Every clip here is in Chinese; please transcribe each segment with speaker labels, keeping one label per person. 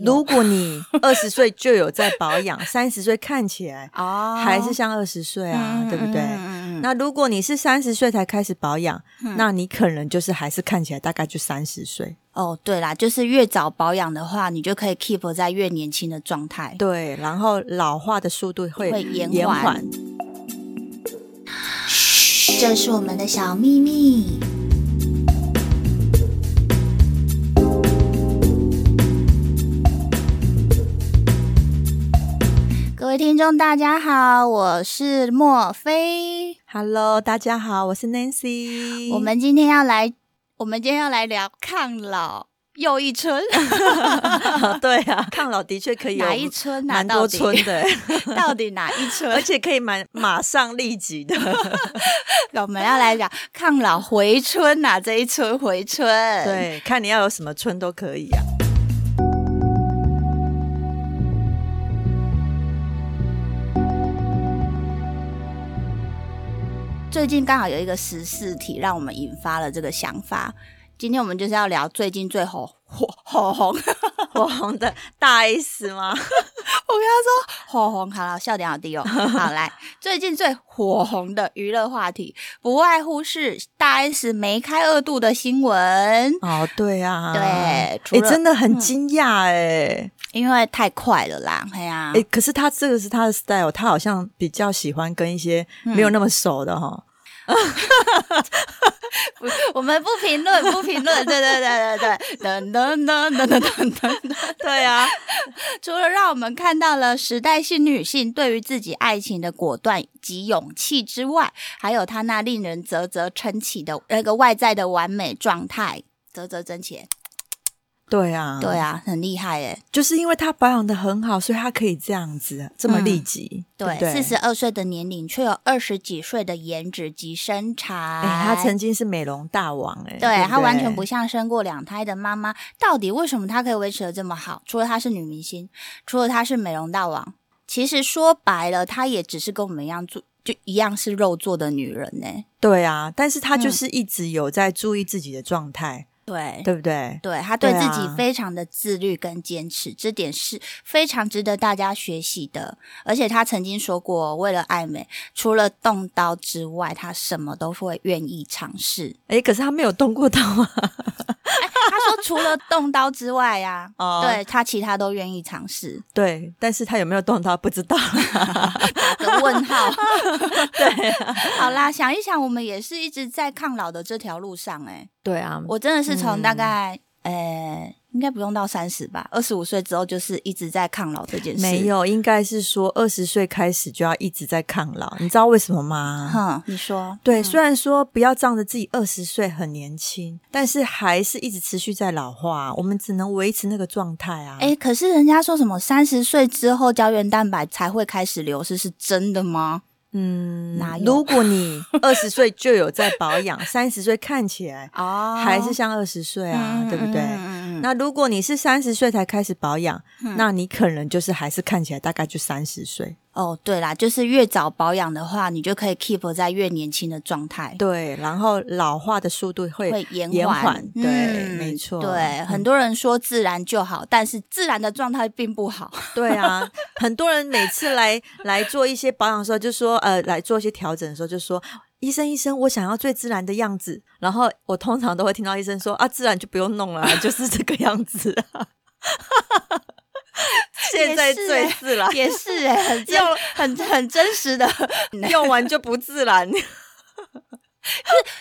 Speaker 1: 如果你二十岁就有在保养，三十岁看起来
Speaker 2: 哦
Speaker 1: 还是像二十岁啊，对不对？
Speaker 2: 嗯嗯嗯嗯嗯
Speaker 1: 那如果你是三十岁才开始保养，那你可能就是还是看起来大概就三十岁。
Speaker 2: 哦，对啦，就是越早保养的话，你就可以 keep 在越年轻的状态。
Speaker 1: 对，然后老化的速度会
Speaker 2: 会延
Speaker 1: 延
Speaker 2: 缓
Speaker 1: 缓。
Speaker 2: 这是我们的小秘密。各位听众，大家好，我是莫菲。
Speaker 1: Hello，大家好，我是 Nancy。
Speaker 2: 我们今天要来，我们今天要来聊抗老又一村，
Speaker 1: 对啊，抗老的确可以有
Speaker 2: 哪一村哪
Speaker 1: 蛮多村的，
Speaker 2: 到底哪一 村？
Speaker 1: 而且可以蛮马上立即的。
Speaker 2: 我们要来讲抗老回春呐、这一村回春。，
Speaker 1: 对，看你要有什么村都可以啊。
Speaker 2: 最近刚好有一个十四题，让我们引发了这个想法。今天我们就是要聊最近最火火火 红，我刚刚
Speaker 1: 火红的大 S 吗？
Speaker 2: 说火红，好了，笑点好低 哦。好，来，最近最火红的娱乐话题，不外乎是大 S 梅开二度的新闻，
Speaker 1: 哦，对啊，
Speaker 2: 对
Speaker 1: 哎、
Speaker 2: 除了嗯
Speaker 1: 真的很惊讶哎、
Speaker 2: 因为太快了啦，哎呀、
Speaker 1: 哎、可是他这个是他的 style，他好像比较喜欢跟一些没
Speaker 2: 嗯
Speaker 1: 有那么熟的哈、
Speaker 2: 不 我们不评 论，不评论，对对对对对，等等等等等等等。
Speaker 1: 对啊，
Speaker 2: 除了让我们看到了时代性女性对于自己爱情的果断及勇气之外，还有她那令人啧啧称奇的那个外在的完美状态，啧啧称奇。
Speaker 1: 对啊，
Speaker 2: 对，啊，很厉害耶！
Speaker 1: 就是因为他保养的很好，所以他可以这样子这么立即，对不对，
Speaker 2: 嗯四十二岁的年龄却有二十几岁的颜值及身材，
Speaker 1: 哎、他曾经是美容大王哎、
Speaker 2: 对
Speaker 1: 不
Speaker 2: 她完全不像生过两胎的妈妈。到底为什么她可以维持的这么好？除了她是女明星，除了她是美容大王，其实说白了，她也只是跟我们一样做，就一样是肉做的女人呢、
Speaker 1: 对啊，但是他就
Speaker 2: 嗯
Speaker 1: 是一直有在注意自己的状态，
Speaker 2: 对。
Speaker 1: 对不对？
Speaker 2: 对她对
Speaker 1: 对
Speaker 2: 自
Speaker 1: 啊
Speaker 2: 己非常的自律跟坚持，这点是非常值得大家学习的。而且她曾经说过，为了爱美，除了动刀之外，她什么都会愿意尝试。
Speaker 1: 哎，可是他没有动过刀啊。
Speaker 2: 她说，除了动刀之外 呀、
Speaker 1: 哦
Speaker 2: 对她其他都愿意尝试。
Speaker 1: 对，但是他有没有动刀不知道。
Speaker 2: 打个问号。对，啊好啦，想一想，我们也是一直在抗老的这条路上、欸。
Speaker 1: 对啊，
Speaker 2: 我真的是从大
Speaker 1: 嗯
Speaker 2: 概，呃、应该不用到三十吧，二十五岁之后就是一直在抗老这件事。
Speaker 1: 没，有，应该是说二十岁开始就要一直在抗老，你知道为什么吗？
Speaker 2: 哼，你说，
Speaker 1: 对，虽然说不要仗着自己二十岁很年轻，但是还是一直持续在老化，啊我们只能维持那个状态啊。
Speaker 2: 哎、可是人家说什么三十岁之后胶原蛋白才会开始流失，是真的吗？
Speaker 1: 嗯
Speaker 2: 哪有
Speaker 1: 如果 你二十岁就有在保养，三十岁看起来
Speaker 2: 哦
Speaker 1: 还是像二十岁啊，对不对？
Speaker 2: 嗯嗯嗯嗯嗯
Speaker 1: 那如果你是三十岁才开始保养，那你可能就是还是看起来大概就三十岁。
Speaker 2: 哦，对啦，就是越早保养的话，你就可以 keep 在越年轻的状态。
Speaker 1: 对，然后老化的速度会
Speaker 2: 会延
Speaker 1: 延
Speaker 2: 缓，
Speaker 1: 缓对
Speaker 2: 嗯
Speaker 1: 没错
Speaker 2: 对，
Speaker 1: 嗯
Speaker 2: 很多人说自然就好，但是自然的状态并不好。
Speaker 1: 对啊，很多人每次来来做一些保养的时候，就说呃，来做一些调整的时候，就说医生医生，我想要最自然的样子。然后我通常都会听到医生说啊，自然就不用弄了啊，就是这个样 子啊。现在最自然，
Speaker 2: 欸也是哎、很真
Speaker 1: 用
Speaker 2: 很很真实的，
Speaker 1: 用完就不自然，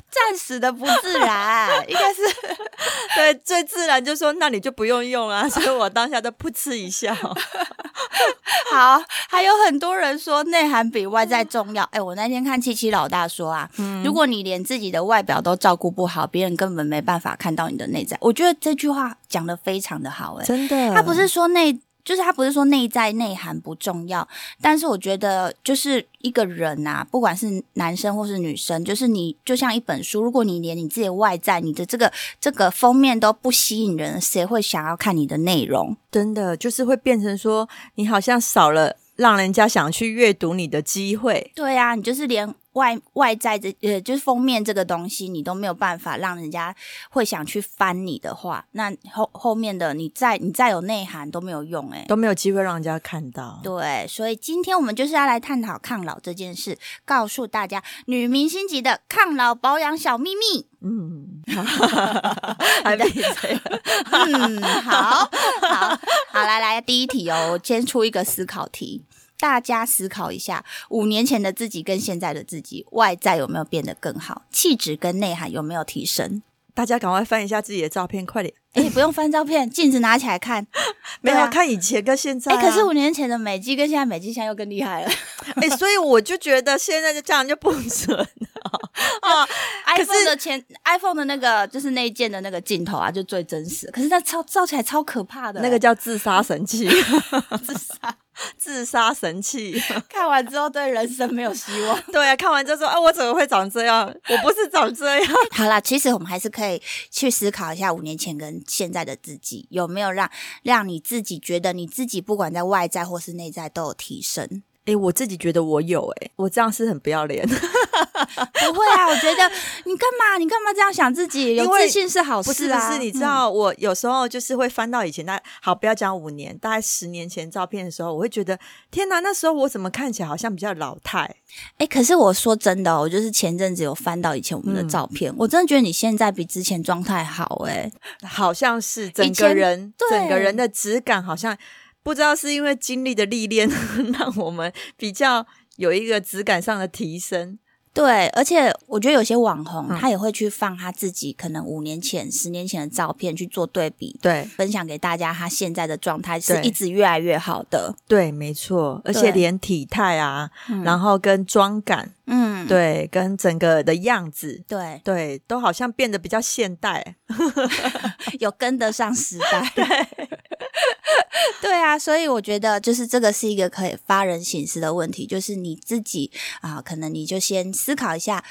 Speaker 2: 暂时的不自然，应 该是
Speaker 1: 对，最自然就说那你就不用用啊。所以我当下都噗嗤一笑。
Speaker 2: 好。还有很多人说内涵比外在重要。哎、我那天看七七老大说啊，
Speaker 1: 嗯
Speaker 2: 如果你连自己的外表都照顾不好，别人根本没办法看到你的内在。我觉得这句话讲的非常的好、哎，
Speaker 1: 真的，
Speaker 2: 他不是说内，就是他不是说内在内涵不重要，但是我觉得就是一个人啊，不管是男生或是女生，就是你就像一本书，如果你连你自己的外在、你的这个这个封面都不吸引人，谁会想要看你的内容？
Speaker 1: 真的，就是会变成说你好像少了让人家想去阅读你的机会。
Speaker 2: 对啊，你就是连外外在这呃就是封面这个东西，你都没有办法让人家会想去翻你的话，那后后面的你再你再有内涵都没有用哎、
Speaker 1: 都没有机会让人家看到。
Speaker 2: 对，所以今天我们就是要来探讨抗老这件事，告诉大家女明星级的抗老保养小秘密。
Speaker 1: 嗯，还没这个
Speaker 2: 嗯，好好好，来来，第一题哦，我先出一个思考题，大家思考一下，五年前的自己跟现在的自己，外在有没有变得更好，气质跟内涵有没有提升？
Speaker 1: 大家赶快翻一下自己的照片，快点！
Speaker 2: 哎、不用翻照片，镜子拿起来看。
Speaker 1: 没有、
Speaker 2: 对啊
Speaker 1: 看以前跟现在、
Speaker 2: 哎、
Speaker 1: 啊。
Speaker 2: 可是五年前的美肌跟现在美肌现在又更厉害了。
Speaker 1: 哎、所以我就觉得现在就这样就不准啊！啊，是
Speaker 2: iPhone 的前 iPhone 的那个就是内建的那个镜头啊，就最真实。可是它照照起来超可怕的、
Speaker 1: 那个叫自杀神器， 自杀自杀神器。
Speaker 2: 看完之后对人生没有希望。
Speaker 1: 对啊，看完就说啊，我怎么会长这样？我不是长这样。
Speaker 2: 好啦，其实我们还是可以去思考一下五年前跟现在的自己有没有让让你自己觉得你自己不管在外在或是内在都有提升。
Speaker 1: 哎、我自己觉得我有哎、我这样是很不要脸。
Speaker 2: 不会啊，我觉得你干嘛你干嘛这样想自 己？有
Speaker 1: 因为
Speaker 2: 自信是好
Speaker 1: 不哦是
Speaker 2: 事
Speaker 1: 不
Speaker 2: 啊。
Speaker 1: 是，你知
Speaker 2: 嗯、
Speaker 1: 道，我有时候就是会翻到以前那好，不要讲五年，大概十年前照片的时候，我会觉得天哪，那时候我怎么看起来好像比较老态？
Speaker 2: 哎、可是我说真的、哦，我就是前阵子有翻到以前我们的照片，我真的觉得你现在比之前状态好哎、
Speaker 1: 好像是整
Speaker 2: 以
Speaker 1: 个
Speaker 2: 前
Speaker 1: 人
Speaker 2: 对
Speaker 1: 整个人的质感好像不知道是因为经历的历练， 让我们比较有一个质感上的提升。
Speaker 2: 对，而且我觉得有些网红、
Speaker 1: 嗯
Speaker 2: 他也会去放他自己可能五年前、十年前的照片去做对比，
Speaker 1: 对
Speaker 2: 分享给大家，他现在的状态是
Speaker 1: 对
Speaker 2: 一直越来越好的。
Speaker 1: 对，没错，而且
Speaker 2: 对
Speaker 1: 连体态啊，
Speaker 2: 嗯
Speaker 1: 然后跟妆 感，
Speaker 2: 嗯，
Speaker 1: 对，跟整个的样子。
Speaker 2: 对，
Speaker 1: 对，都好像变得比较现代。
Speaker 2: 有跟得上时 代。对，啊，所以我觉得就是这个是一个可以发人省思的问题，就是你自己啊、可能你就先思考一下，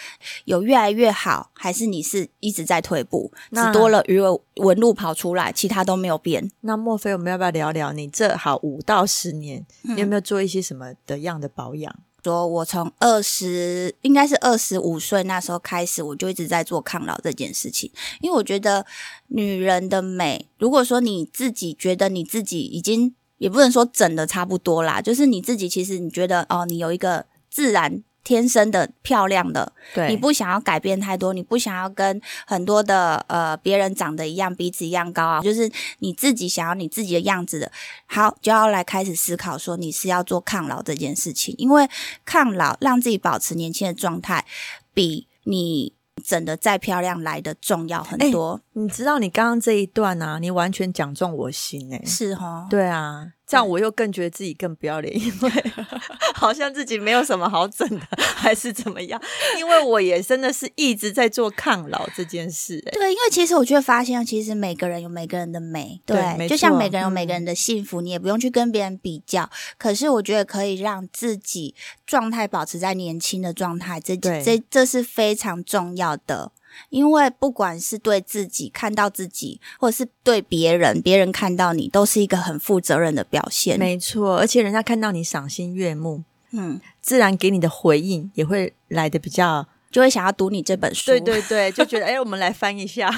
Speaker 2: 有越来越好，还是你是一直在退步，
Speaker 1: 那
Speaker 2: 只多了鱼尾纹路跑出来，其他都没有变。
Speaker 1: 那莫非我们要不要聊聊你这好五到十年，
Speaker 2: 嗯
Speaker 1: 你有没有做一些什么的样的保养？
Speaker 2: 说我从二十，应该是二十五岁那时候开始，我就一直在做抗老这件事情，因为我觉得女人的美，如果说你自己觉得你自己已经也不能说整的差不多啦，就是你自己其实你觉得哦，你有一个自然。天生的漂亮的，
Speaker 1: 对，
Speaker 2: 你不想要改变太多，你不想要跟很多的呃别人长得一样，鼻子一样高啊，就是你自己想要你自己的样子的。好，就要来开始思考说你是要做抗老这件事情，因为抗老让自己保持年轻的状态，比你整的再漂亮来的重要很多，
Speaker 1: 你知道你刚刚这一段啊，你完全讲中我心哎、
Speaker 2: 是哦。
Speaker 1: 对啊，这样我又更觉得自己更不要脸，因为 好像自己没有什么好整的，还是怎么样？因为我也真的是一直在做抗老这件事哎、
Speaker 2: 对，因为其实我就会发现，其实每个人有每个人的美，
Speaker 1: 对
Speaker 2: 对，
Speaker 1: 没
Speaker 2: 就像
Speaker 1: 错
Speaker 2: 每个人有
Speaker 1: 嗯
Speaker 2: 每个人的幸福，你也不用去跟别人比较。可是我觉得可以让自己状态保持在年轻的状态，这
Speaker 1: 对
Speaker 2: 这这是非常重要的。因为不管是对自己看到自己，或者是对别人，别人看到你，都是一个很负责任的表现。
Speaker 1: 没错，而且人家看到你赏心悦目，
Speaker 2: 嗯，
Speaker 1: 自然给你的回应也会来的比较。
Speaker 2: 就会想要读你这本书。
Speaker 1: 对对对，就觉得哎、我们来翻一下。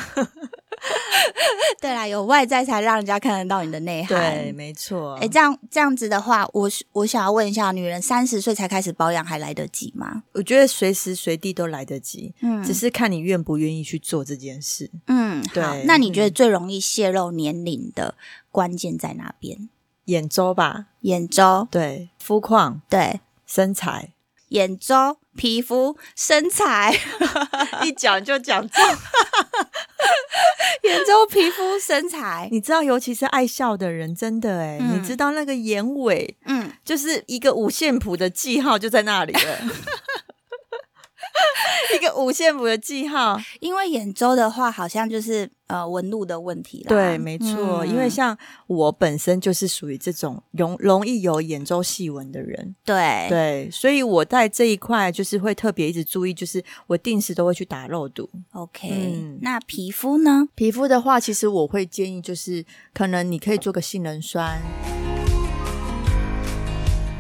Speaker 2: 对啦，有外在才让人家看得到你的内涵。
Speaker 1: 对，没错。
Speaker 2: 哎、这样这样子的话，我是我想要问一下，女人三十岁才开始保养还来得及吗？
Speaker 1: 我觉得随时随地都来得及，
Speaker 2: 嗯
Speaker 1: 只是看你愿不愿意去做这件事。
Speaker 2: 嗯，好
Speaker 1: 对。
Speaker 2: 那你觉得最容易泄露年龄的关键在哪边？
Speaker 1: 眼周吧，
Speaker 2: 眼周，
Speaker 1: 对，肤况、
Speaker 2: 对，
Speaker 1: 身材，
Speaker 2: 眼周、皮肤、身材，
Speaker 1: 一讲就讲中。
Speaker 2: 眼周、皮肤、身材，
Speaker 1: 你知道，尤其是爱笑的人，真的哎、
Speaker 2: 嗯
Speaker 1: 你知道那个眼尾
Speaker 2: 嗯，
Speaker 1: 就是一个五线谱的记号就在那里 了。一个五线谱的记号，
Speaker 2: 因为眼周的话，好像就是呃纹路的问题啦。
Speaker 1: 对，没错、因为
Speaker 2: 嗯
Speaker 1: 像我本身就是属于这种容容易有眼周细纹的人，
Speaker 2: 对
Speaker 1: 对，所以我在这一块就是会特别一直注意，就是我定时都会去打肉毒。
Speaker 2: ，OK、
Speaker 1: 嗯
Speaker 2: 那皮肤呢？
Speaker 1: 皮肤的话，其实我会建议就是，可能你可以做个杏仁酸，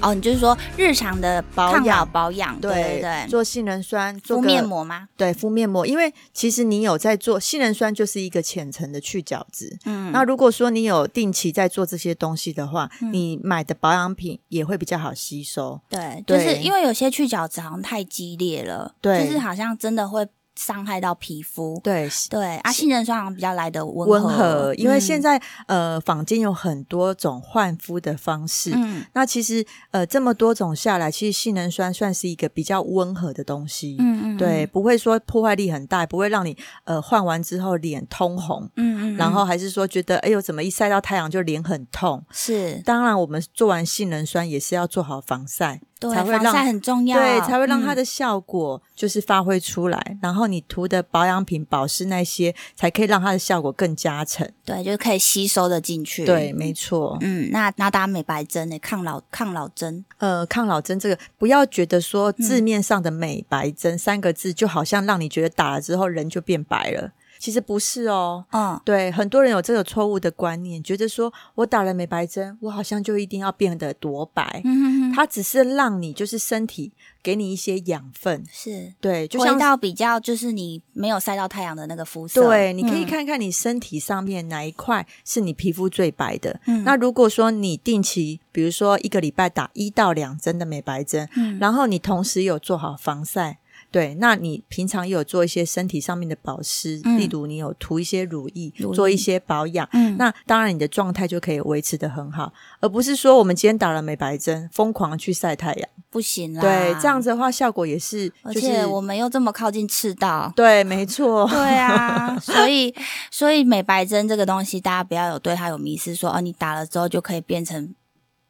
Speaker 2: 哦，你就是说日常的
Speaker 1: 保
Speaker 2: 抗老
Speaker 1: 养
Speaker 2: 保养，对对对，
Speaker 1: 做杏仁酸，做
Speaker 2: 敷
Speaker 1: 个
Speaker 2: 面，膜吗？
Speaker 1: 对，敷面膜。因为其实你有在做杏仁酸，就是一个浅层的去角质。
Speaker 2: 嗯，
Speaker 1: 那如果说你有定期在做这些东西的话，你买的保养品也会比较好吸收。
Speaker 2: 对，就是
Speaker 1: 对
Speaker 2: 因为有些去角质好像太激烈了，
Speaker 1: 对
Speaker 2: 就是好像真的会伤害到皮肤。
Speaker 1: 对，
Speaker 2: 对，啊，杏仁酸好像比较来的温
Speaker 1: 温
Speaker 2: 和，
Speaker 1: 和，因为
Speaker 2: 嗯
Speaker 1: 现在、呃，坊间有很多种焕肤的方式。
Speaker 2: 嗯
Speaker 1: 那其实呃，这么多种下来，其实杏仁酸算是一个比较温和的东西。
Speaker 2: 嗯嗯，
Speaker 1: 对，不会说破坏力很大，不会让你呃换完之后脸通红，
Speaker 2: 嗯，嗯嗯，
Speaker 1: 然后还是说觉得哎呦怎么一晒到太阳就脸很痛。
Speaker 2: 是
Speaker 1: 当然，我们做完杏仁酸也是要做好防晒，
Speaker 2: 对
Speaker 1: 才会
Speaker 2: 防
Speaker 1: 让
Speaker 2: 晒很重要，
Speaker 1: 对，才会让它
Speaker 2: 嗯
Speaker 1: 的效果就是发挥出来。然后你涂的保养品、保湿那些，才可以让它的效果更加成。
Speaker 2: 对就是可以吸收的进去。
Speaker 1: 对，，没错。
Speaker 2: 嗯，那那打美白针呢？抗老抗老针，
Speaker 1: 呃，抗老针这个，不要觉得说字面上的美白针三个字，就好像让你觉得打了之后人就变白了，其实不是哦。
Speaker 2: 嗯，
Speaker 1: 对，很多人有这个错误的观念，觉得说我打了美白针，我好像就一定要变得多白。
Speaker 2: 嗯哼哼，
Speaker 1: 它只是让你就是身体给你一些养分，
Speaker 2: 是
Speaker 1: 对，就
Speaker 2: 回
Speaker 1: 像
Speaker 2: 到比较就是你没有晒到太阳的那个肤色，
Speaker 1: 对，你可以
Speaker 2: 嗯，
Speaker 1: 看看你身体上面哪一块是你皮肤最白的。
Speaker 2: 嗯
Speaker 1: 那如果说你定期，比如说一个礼拜打一到两针的美白针，
Speaker 2: 嗯
Speaker 1: 然后你同时有做好防晒。对，那你平常也有做一些身体上面的保湿，
Speaker 2: 嗯
Speaker 1: 例如你有涂一些乳液，
Speaker 2: 乳液
Speaker 1: 做一些保养，
Speaker 2: 嗯，
Speaker 1: 那当然你的状态就可以维持的很好，而不是说我们今天打了美白针，疯狂地去晒太阳。
Speaker 2: 不行啦，
Speaker 1: 对，这样子的话效果也是，
Speaker 2: 而
Speaker 1: 就是，
Speaker 2: 且我们又这么靠近赤道
Speaker 1: 对，没错，
Speaker 2: 对啊，所以所以美白针这个东西，大家不要有对它有迷思说，哦，你打了之后就可以变成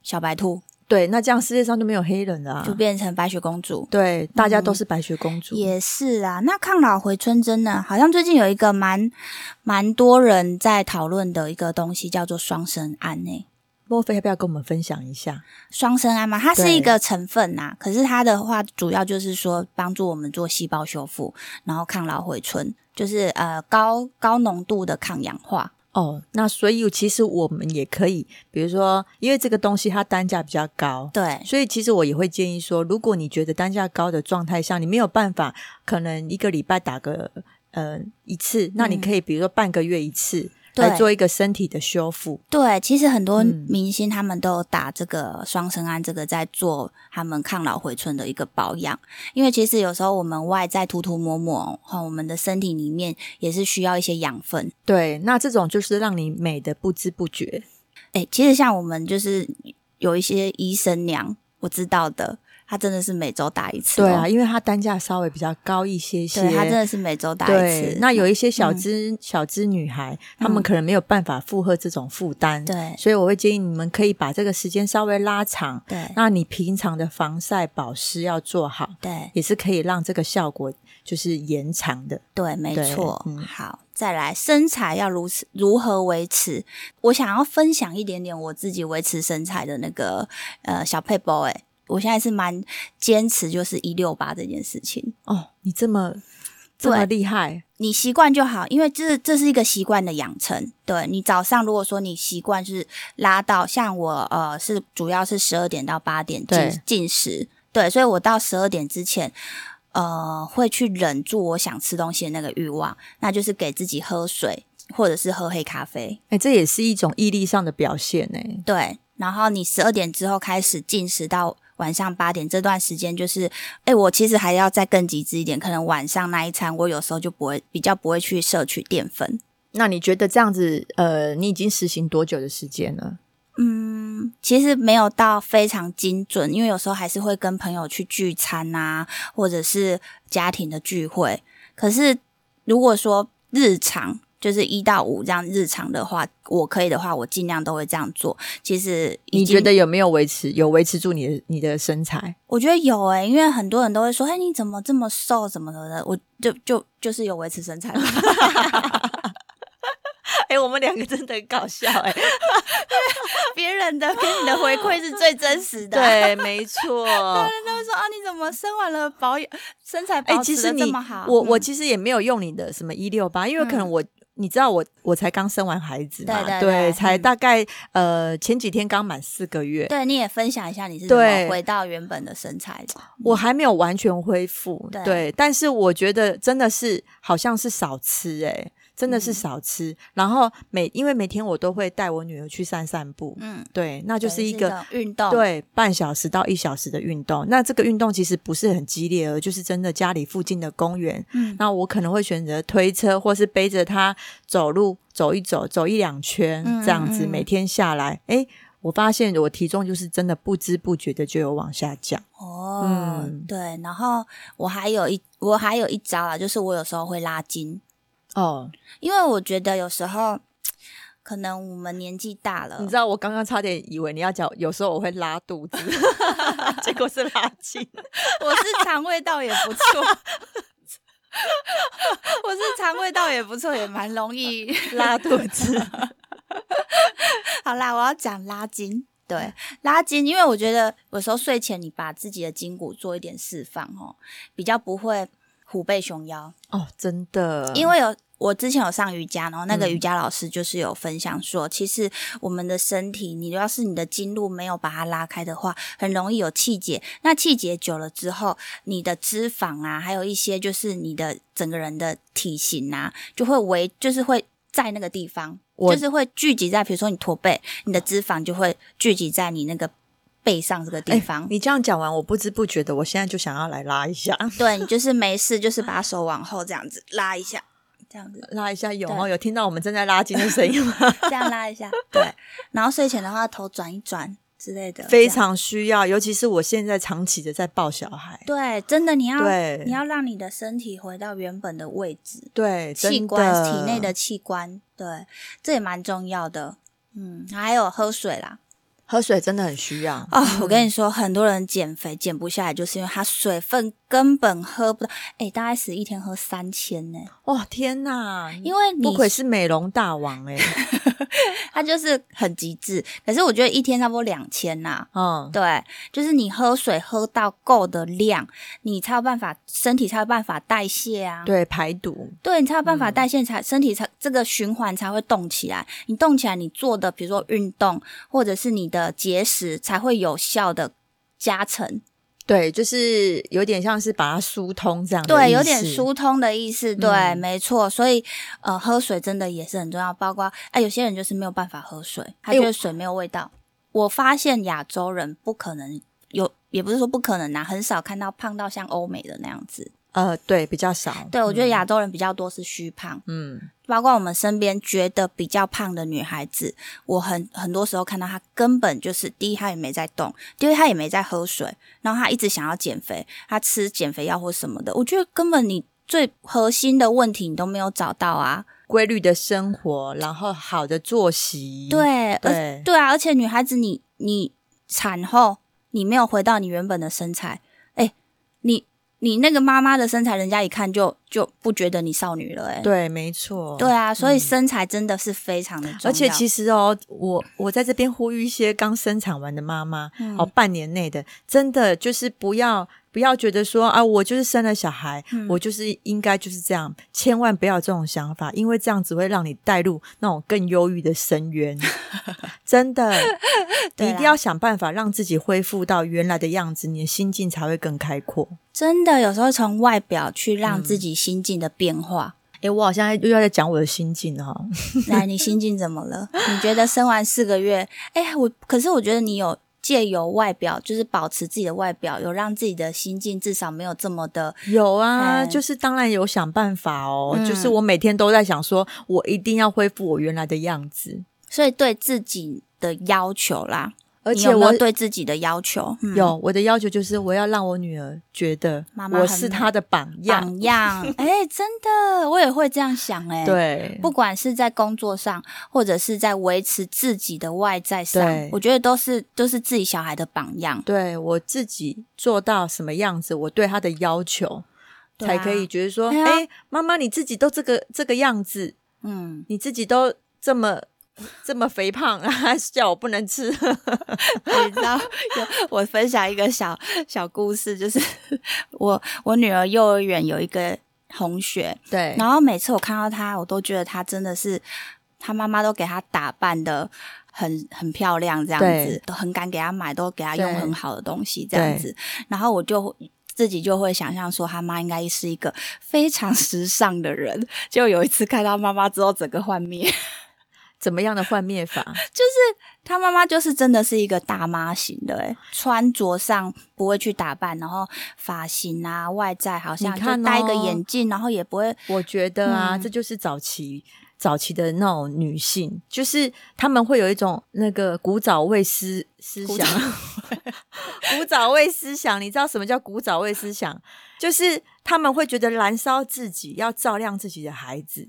Speaker 2: 小白兔，
Speaker 1: 对，那这样世界上就没有黑人了、啊，
Speaker 2: 就变成白雪公主。
Speaker 1: 对，大家都是白雪公主。
Speaker 2: 也是啊，那抗老回春针呢？好像最近有一个蛮蛮多人在讨论的一个东西，叫做双生胺诶、
Speaker 1: 莫非要不要跟我们分享一下？
Speaker 2: 双生胺嘛，它是
Speaker 1: 对
Speaker 2: 一个成分呐、可是它的话主要就是说帮助我们做细胞修复，然后抗老回春，就是呃高高浓度的抗氧化。
Speaker 1: 哦，那所以其实我们也可以，比如说，因为这个东西它单价比较高，
Speaker 2: 对，
Speaker 1: 所以其实我也会建议说，如果你觉得单价高的状态下，你没有办法，可能一个礼拜打个呃一次，那你可以比如说半个月一次。
Speaker 2: 对
Speaker 1: 来做一个身体的修复，
Speaker 2: 对，其实很多
Speaker 1: 嗯
Speaker 2: 明星他们都有打这个双生胺，这个在做他们抗老回春的一个保养。因为其实有时候我们外在涂涂抹抹，哈、我们的身体里面也是需要一些养分。
Speaker 1: 对，那这种就是让你美的不知不觉，
Speaker 2: 诶，其实像我们就是有一些医生娘，我知道的，她真的是每周打一次、哦
Speaker 1: 对啊，，因为它单价稍微比较高一些些，
Speaker 2: 对，她真的是每周打一
Speaker 1: 对，嗯
Speaker 2: 次。
Speaker 1: 那有一些小资、小资女孩，她们可能没有办法负荷这种负担，
Speaker 2: 对
Speaker 1: 所以我会建议你们可以把这个时间稍微拉长。
Speaker 2: 对
Speaker 1: 那你平常的防晒保湿要做好，
Speaker 2: 对
Speaker 1: 也是可以让这个效果就是延长的。
Speaker 2: 对，没
Speaker 1: 对
Speaker 2: 错。
Speaker 1: 嗯
Speaker 2: 好，再来身材要如此如何维持？我想要分享一点点我自己维持身材的那个呃小配包。哎，我现在是蛮坚持就是一六八这件事情。
Speaker 1: 哦，你这么这么厉害，
Speaker 2: 你习惯就好，因为这这是一个习惯的养成。对你早上如果说你习惯是拉到，像我呃是主要是十二点到八点
Speaker 1: 对
Speaker 2: 进进食，对，所以我到十二点之前，呃会去忍住我想吃东西的那个欲望，那就是给自己喝水或者是喝黑咖啡，
Speaker 1: 哎、这也是一种毅力上的表现呢、
Speaker 2: 对。然后你十二点之后开始进食到晚上八点这段时间，就是，哎，我其实还要再更极致一点，可能晚上那一餐我有时候就不会比较不会去摄取淀粉。
Speaker 1: 那你觉得这样子，呃，你已经实行多久的时间了？
Speaker 2: 嗯，其实没有到非常精准，因为有时候还是会跟朋友去聚餐啊，或者是家庭的聚会。可是如果说日常就是一到五这样日常的话，我可以的话，我尽量都会这样做。其实已
Speaker 1: 你
Speaker 2: 经
Speaker 1: 觉得有没有维持，有维持住你的你的身 材？
Speaker 2: 我觉得有诶、因为很多人都会说：“哎，你怎么这么瘦，怎么怎么的？”我就就就是有维持身材吧。
Speaker 1: 哎、我们两个真的很搞笑哎、
Speaker 2: 别人人的给你的回馈是最真实的。，啊
Speaker 1: 对，没错。
Speaker 2: 人都会说啊，你怎么生完了保养身材
Speaker 1: 哎、
Speaker 2: 保
Speaker 1: 其
Speaker 2: 持
Speaker 1: 实
Speaker 2: 的
Speaker 1: 你
Speaker 2: 这么好？
Speaker 1: 我我
Speaker 2: 嗯
Speaker 1: 其实也没有用你的什么一六八，因为可能我、你知道我我才刚生完孩子嘛，
Speaker 2: 对对对
Speaker 1: 才
Speaker 2: 嗯
Speaker 1: 大概、呃前几天刚满四个月，
Speaker 2: 对你也分享一下你是怎么
Speaker 1: 对
Speaker 2: 回到原本的身材的。
Speaker 1: 我还没有完全恢复，
Speaker 2: 对
Speaker 1: 但是我觉得真的是好像是少吃、欸，真的是
Speaker 2: 嗯
Speaker 1: 少吃。然后每因为每天我都会带我女儿去散散步，
Speaker 2: 嗯，
Speaker 1: 对，那就是
Speaker 2: 对
Speaker 1: 一个。
Speaker 2: 种运动，
Speaker 1: 对，半小时到一小时的运动，那这个运动其实不是很激烈，而就是真的家里附近的公园。
Speaker 2: 嗯
Speaker 1: 那我可能会选择推车，或是背着她走路走一走，走一两圈、
Speaker 2: 嗯
Speaker 1: 这样子，
Speaker 2: 嗯嗯
Speaker 1: 每天下来，诶，我发现我体重就是真的不知不觉的就有往下降。
Speaker 2: 哦，
Speaker 1: 嗯
Speaker 2: 对，然后我还有一我还有一招啊，就是我有时候会拉筋，
Speaker 1: 哦，
Speaker 2: 因为我觉得有时候可能我们年纪大了，
Speaker 1: 呃你知道我刚刚差点以为你要讲，有时候我会拉肚 子，结果是拉筋。
Speaker 2: 我是肠胃道也不错， 我是肠胃道也不错，也蛮容易。
Speaker 1: 拉肚子，
Speaker 2: 好啦，我要讲拉筋。对，拉筋，因为我觉得有时候睡前你把自己的筋骨做一点释放哦，比较不会虎背熊腰。
Speaker 1: 哦，真的，
Speaker 2: 因为有我之前有上瑜伽，然后那个
Speaker 1: 嗯
Speaker 2: 瑜伽老师就是有分享说，其实我们的身体，你要是你的经路没有把它拉开的话，很容易有气结。那气结久了之后，你的脂肪啊，还有一些就是你的整个人的体型啊，就会围，就是会。在那个地方，
Speaker 1: 我
Speaker 2: 就是会聚集在，比如说你驼背，你的脂肪就会聚集在你那个背上这个地
Speaker 1: 哎
Speaker 2: 方。
Speaker 1: 你这样讲完，我不知不觉的，我现在就想要来拉一下，
Speaker 2: 对，你就是没事，就是把手往后这样子拉一下，这样子。
Speaker 1: 拉一下有
Speaker 2: 对
Speaker 1: 哦，有听到我们正在拉筋的声音吗？
Speaker 2: 这样拉一 下，对。然后睡前的话，头转一转之类的，
Speaker 1: 非常需要，尤其是我现在长期的在抱小孩，
Speaker 2: 这样对，真的你要
Speaker 1: 对
Speaker 2: 你要让你的身体回到原本的位置，
Speaker 1: 对，
Speaker 2: 器
Speaker 1: 真
Speaker 2: 官体内的器官，对，这也蛮重要的。嗯，还有喝水啦。
Speaker 1: 喝水真的很需要。
Speaker 2: 哦，我跟你说，很多人减肥减不下来，就是因为他水分根本喝不到。哎，大概是一天喝三千呢，
Speaker 1: 哇，天哪！
Speaker 2: 因为你
Speaker 1: 不愧是美容大王 哎、
Speaker 2: 他就是很极致。可是我觉得一天差不多两千呐、
Speaker 1: 嗯，
Speaker 2: 对，就是你喝水喝到够的量，你才有办法，身体才有办法代谢啊。
Speaker 1: 对，排毒，
Speaker 2: 对，你才有办法代谢，才身体才这个循环才会动起来。你动起来，你做的比如说运动，或者是你的节食，才会有效的加成。
Speaker 1: 对，就是有点像是把它疏通这样的
Speaker 2: 对，
Speaker 1: 意
Speaker 2: 有点
Speaker 1: 思
Speaker 2: 疏通的意思。对，
Speaker 1: 嗯
Speaker 2: 没错。所以呃，喝水真的也是很重要。包括哎，有些人就是没有办法喝水，他
Speaker 1: 哎
Speaker 2: 觉
Speaker 1: 我
Speaker 2: 得水没有味道。我发现亚洲人不可能有，也不是说不可能啊，很少看到胖到像欧美的那样子。
Speaker 1: 呃，对，比较少。
Speaker 2: 对，我觉
Speaker 1: 得，
Speaker 2: 得亚洲人比较多是虚胖，
Speaker 1: 嗯，
Speaker 2: 包括我们身边觉得比较胖的女孩子，我很很多时候看到她根本就是第一她也没在动，第二她也没在喝水，然后她一直想要减肥，她吃减肥药或什么的，我觉得根本你最核心的问题你都没有找到啊。
Speaker 1: 规律的生活，然后好的作息，
Speaker 2: 对，而
Speaker 1: 嗯对
Speaker 2: 对啊，而且女孩子你你产后你没有回到你原本的身材，哎，你你那个妈妈的身材，人家一看就就不觉得你少女了、哎。
Speaker 1: 对，没错，
Speaker 2: 对。啊，所以身材真的是非常的重要。
Speaker 1: 而且其实哦，我我在这边呼吁一些刚生产完的妈妈，
Speaker 2: 嗯
Speaker 1: 哦，半年内的，真的就是不要不要觉得说啊，我就是生了小孩，我就是应该就是这样，千万不要有这种想法，因为这样只会让你带入那种更忧郁的深 渊。真的，你
Speaker 2: 对
Speaker 1: 一定
Speaker 2: 啦
Speaker 1: 要想办法让自己恢复到原来的样子，你的心境才会更开阔。
Speaker 2: 真的有时候从外表去让
Speaker 1: 嗯
Speaker 2: 自己心境的 变化。
Speaker 1: 诶，我好像又要在讲我的心境哈、哦。
Speaker 2: 来，你心境怎么了？你觉得生完四个月，哎、我可是我觉得你有借由外表，就是保持自己的外表，有让自己的心境至少没有这么的
Speaker 1: 有啊，
Speaker 2: 哎
Speaker 1: 就是当然有想办法哦，
Speaker 2: 嗯
Speaker 1: 就是我每天都在想说，我一定要恢复我原来的样子，
Speaker 2: 所以对自己的要求啦。
Speaker 1: 而
Speaker 2: 你
Speaker 1: 且
Speaker 2: 有没
Speaker 1: 我
Speaker 2: 有对自己的要求，嗯、
Speaker 1: 有我的要求就是我要让我女儿觉得
Speaker 2: 妈妈
Speaker 1: 我
Speaker 2: 很
Speaker 1: 是
Speaker 2: 美
Speaker 1: 她的榜样，
Speaker 2: 榜 样。哎、真的，我也会这样想、哎，。
Speaker 1: 对，
Speaker 2: 不管是在工作上，或者是在维持自己的外在上
Speaker 1: 对，
Speaker 2: 我觉得都是都是自己小孩的榜样，
Speaker 1: 对我自己做到什么样子，我对她的要求。
Speaker 2: 对
Speaker 1: 才
Speaker 2: 啊
Speaker 1: 可以觉得说，
Speaker 2: 哎呀
Speaker 1: 哎、妈妈你自己都这个这个样子，
Speaker 2: 嗯，
Speaker 1: 你自己都这么这么肥胖， 还叫我不能吃。
Speaker 2: 你知道，有 我分享一个小小故事，就是 我我女儿幼儿园有一个同学，
Speaker 1: 对，
Speaker 2: 然后每次我看到她，我都觉得她真的是，她妈妈都给她打扮的很很漂亮，这样子
Speaker 1: 对
Speaker 2: 都很敢给她买，都给她用
Speaker 1: 对
Speaker 2: 很好的东西，这样子。然后我就自己就会想象说，她妈应该是一个非常时尚的人。就有一次看到妈妈之后，整个幻灭。
Speaker 1: 怎么样的幻灭法？
Speaker 2: 她妈妈就是真的是一个大妈型的、欸，穿着上不会去打扮，然后发型啊、外在好像
Speaker 1: 你
Speaker 2: 就
Speaker 1: 看
Speaker 2: 戴一个
Speaker 1: 哦
Speaker 2: 眼镜，然后也不会
Speaker 1: 我觉得啊，
Speaker 2: 嗯
Speaker 1: 这就是早期早期的那种女性，就是她们会有一种那个古早味思思
Speaker 2: 古
Speaker 1: 想， 古早味思想。你知道什么叫古早味思想？就是她们会觉得燃烧自己，要照亮自己的孩子。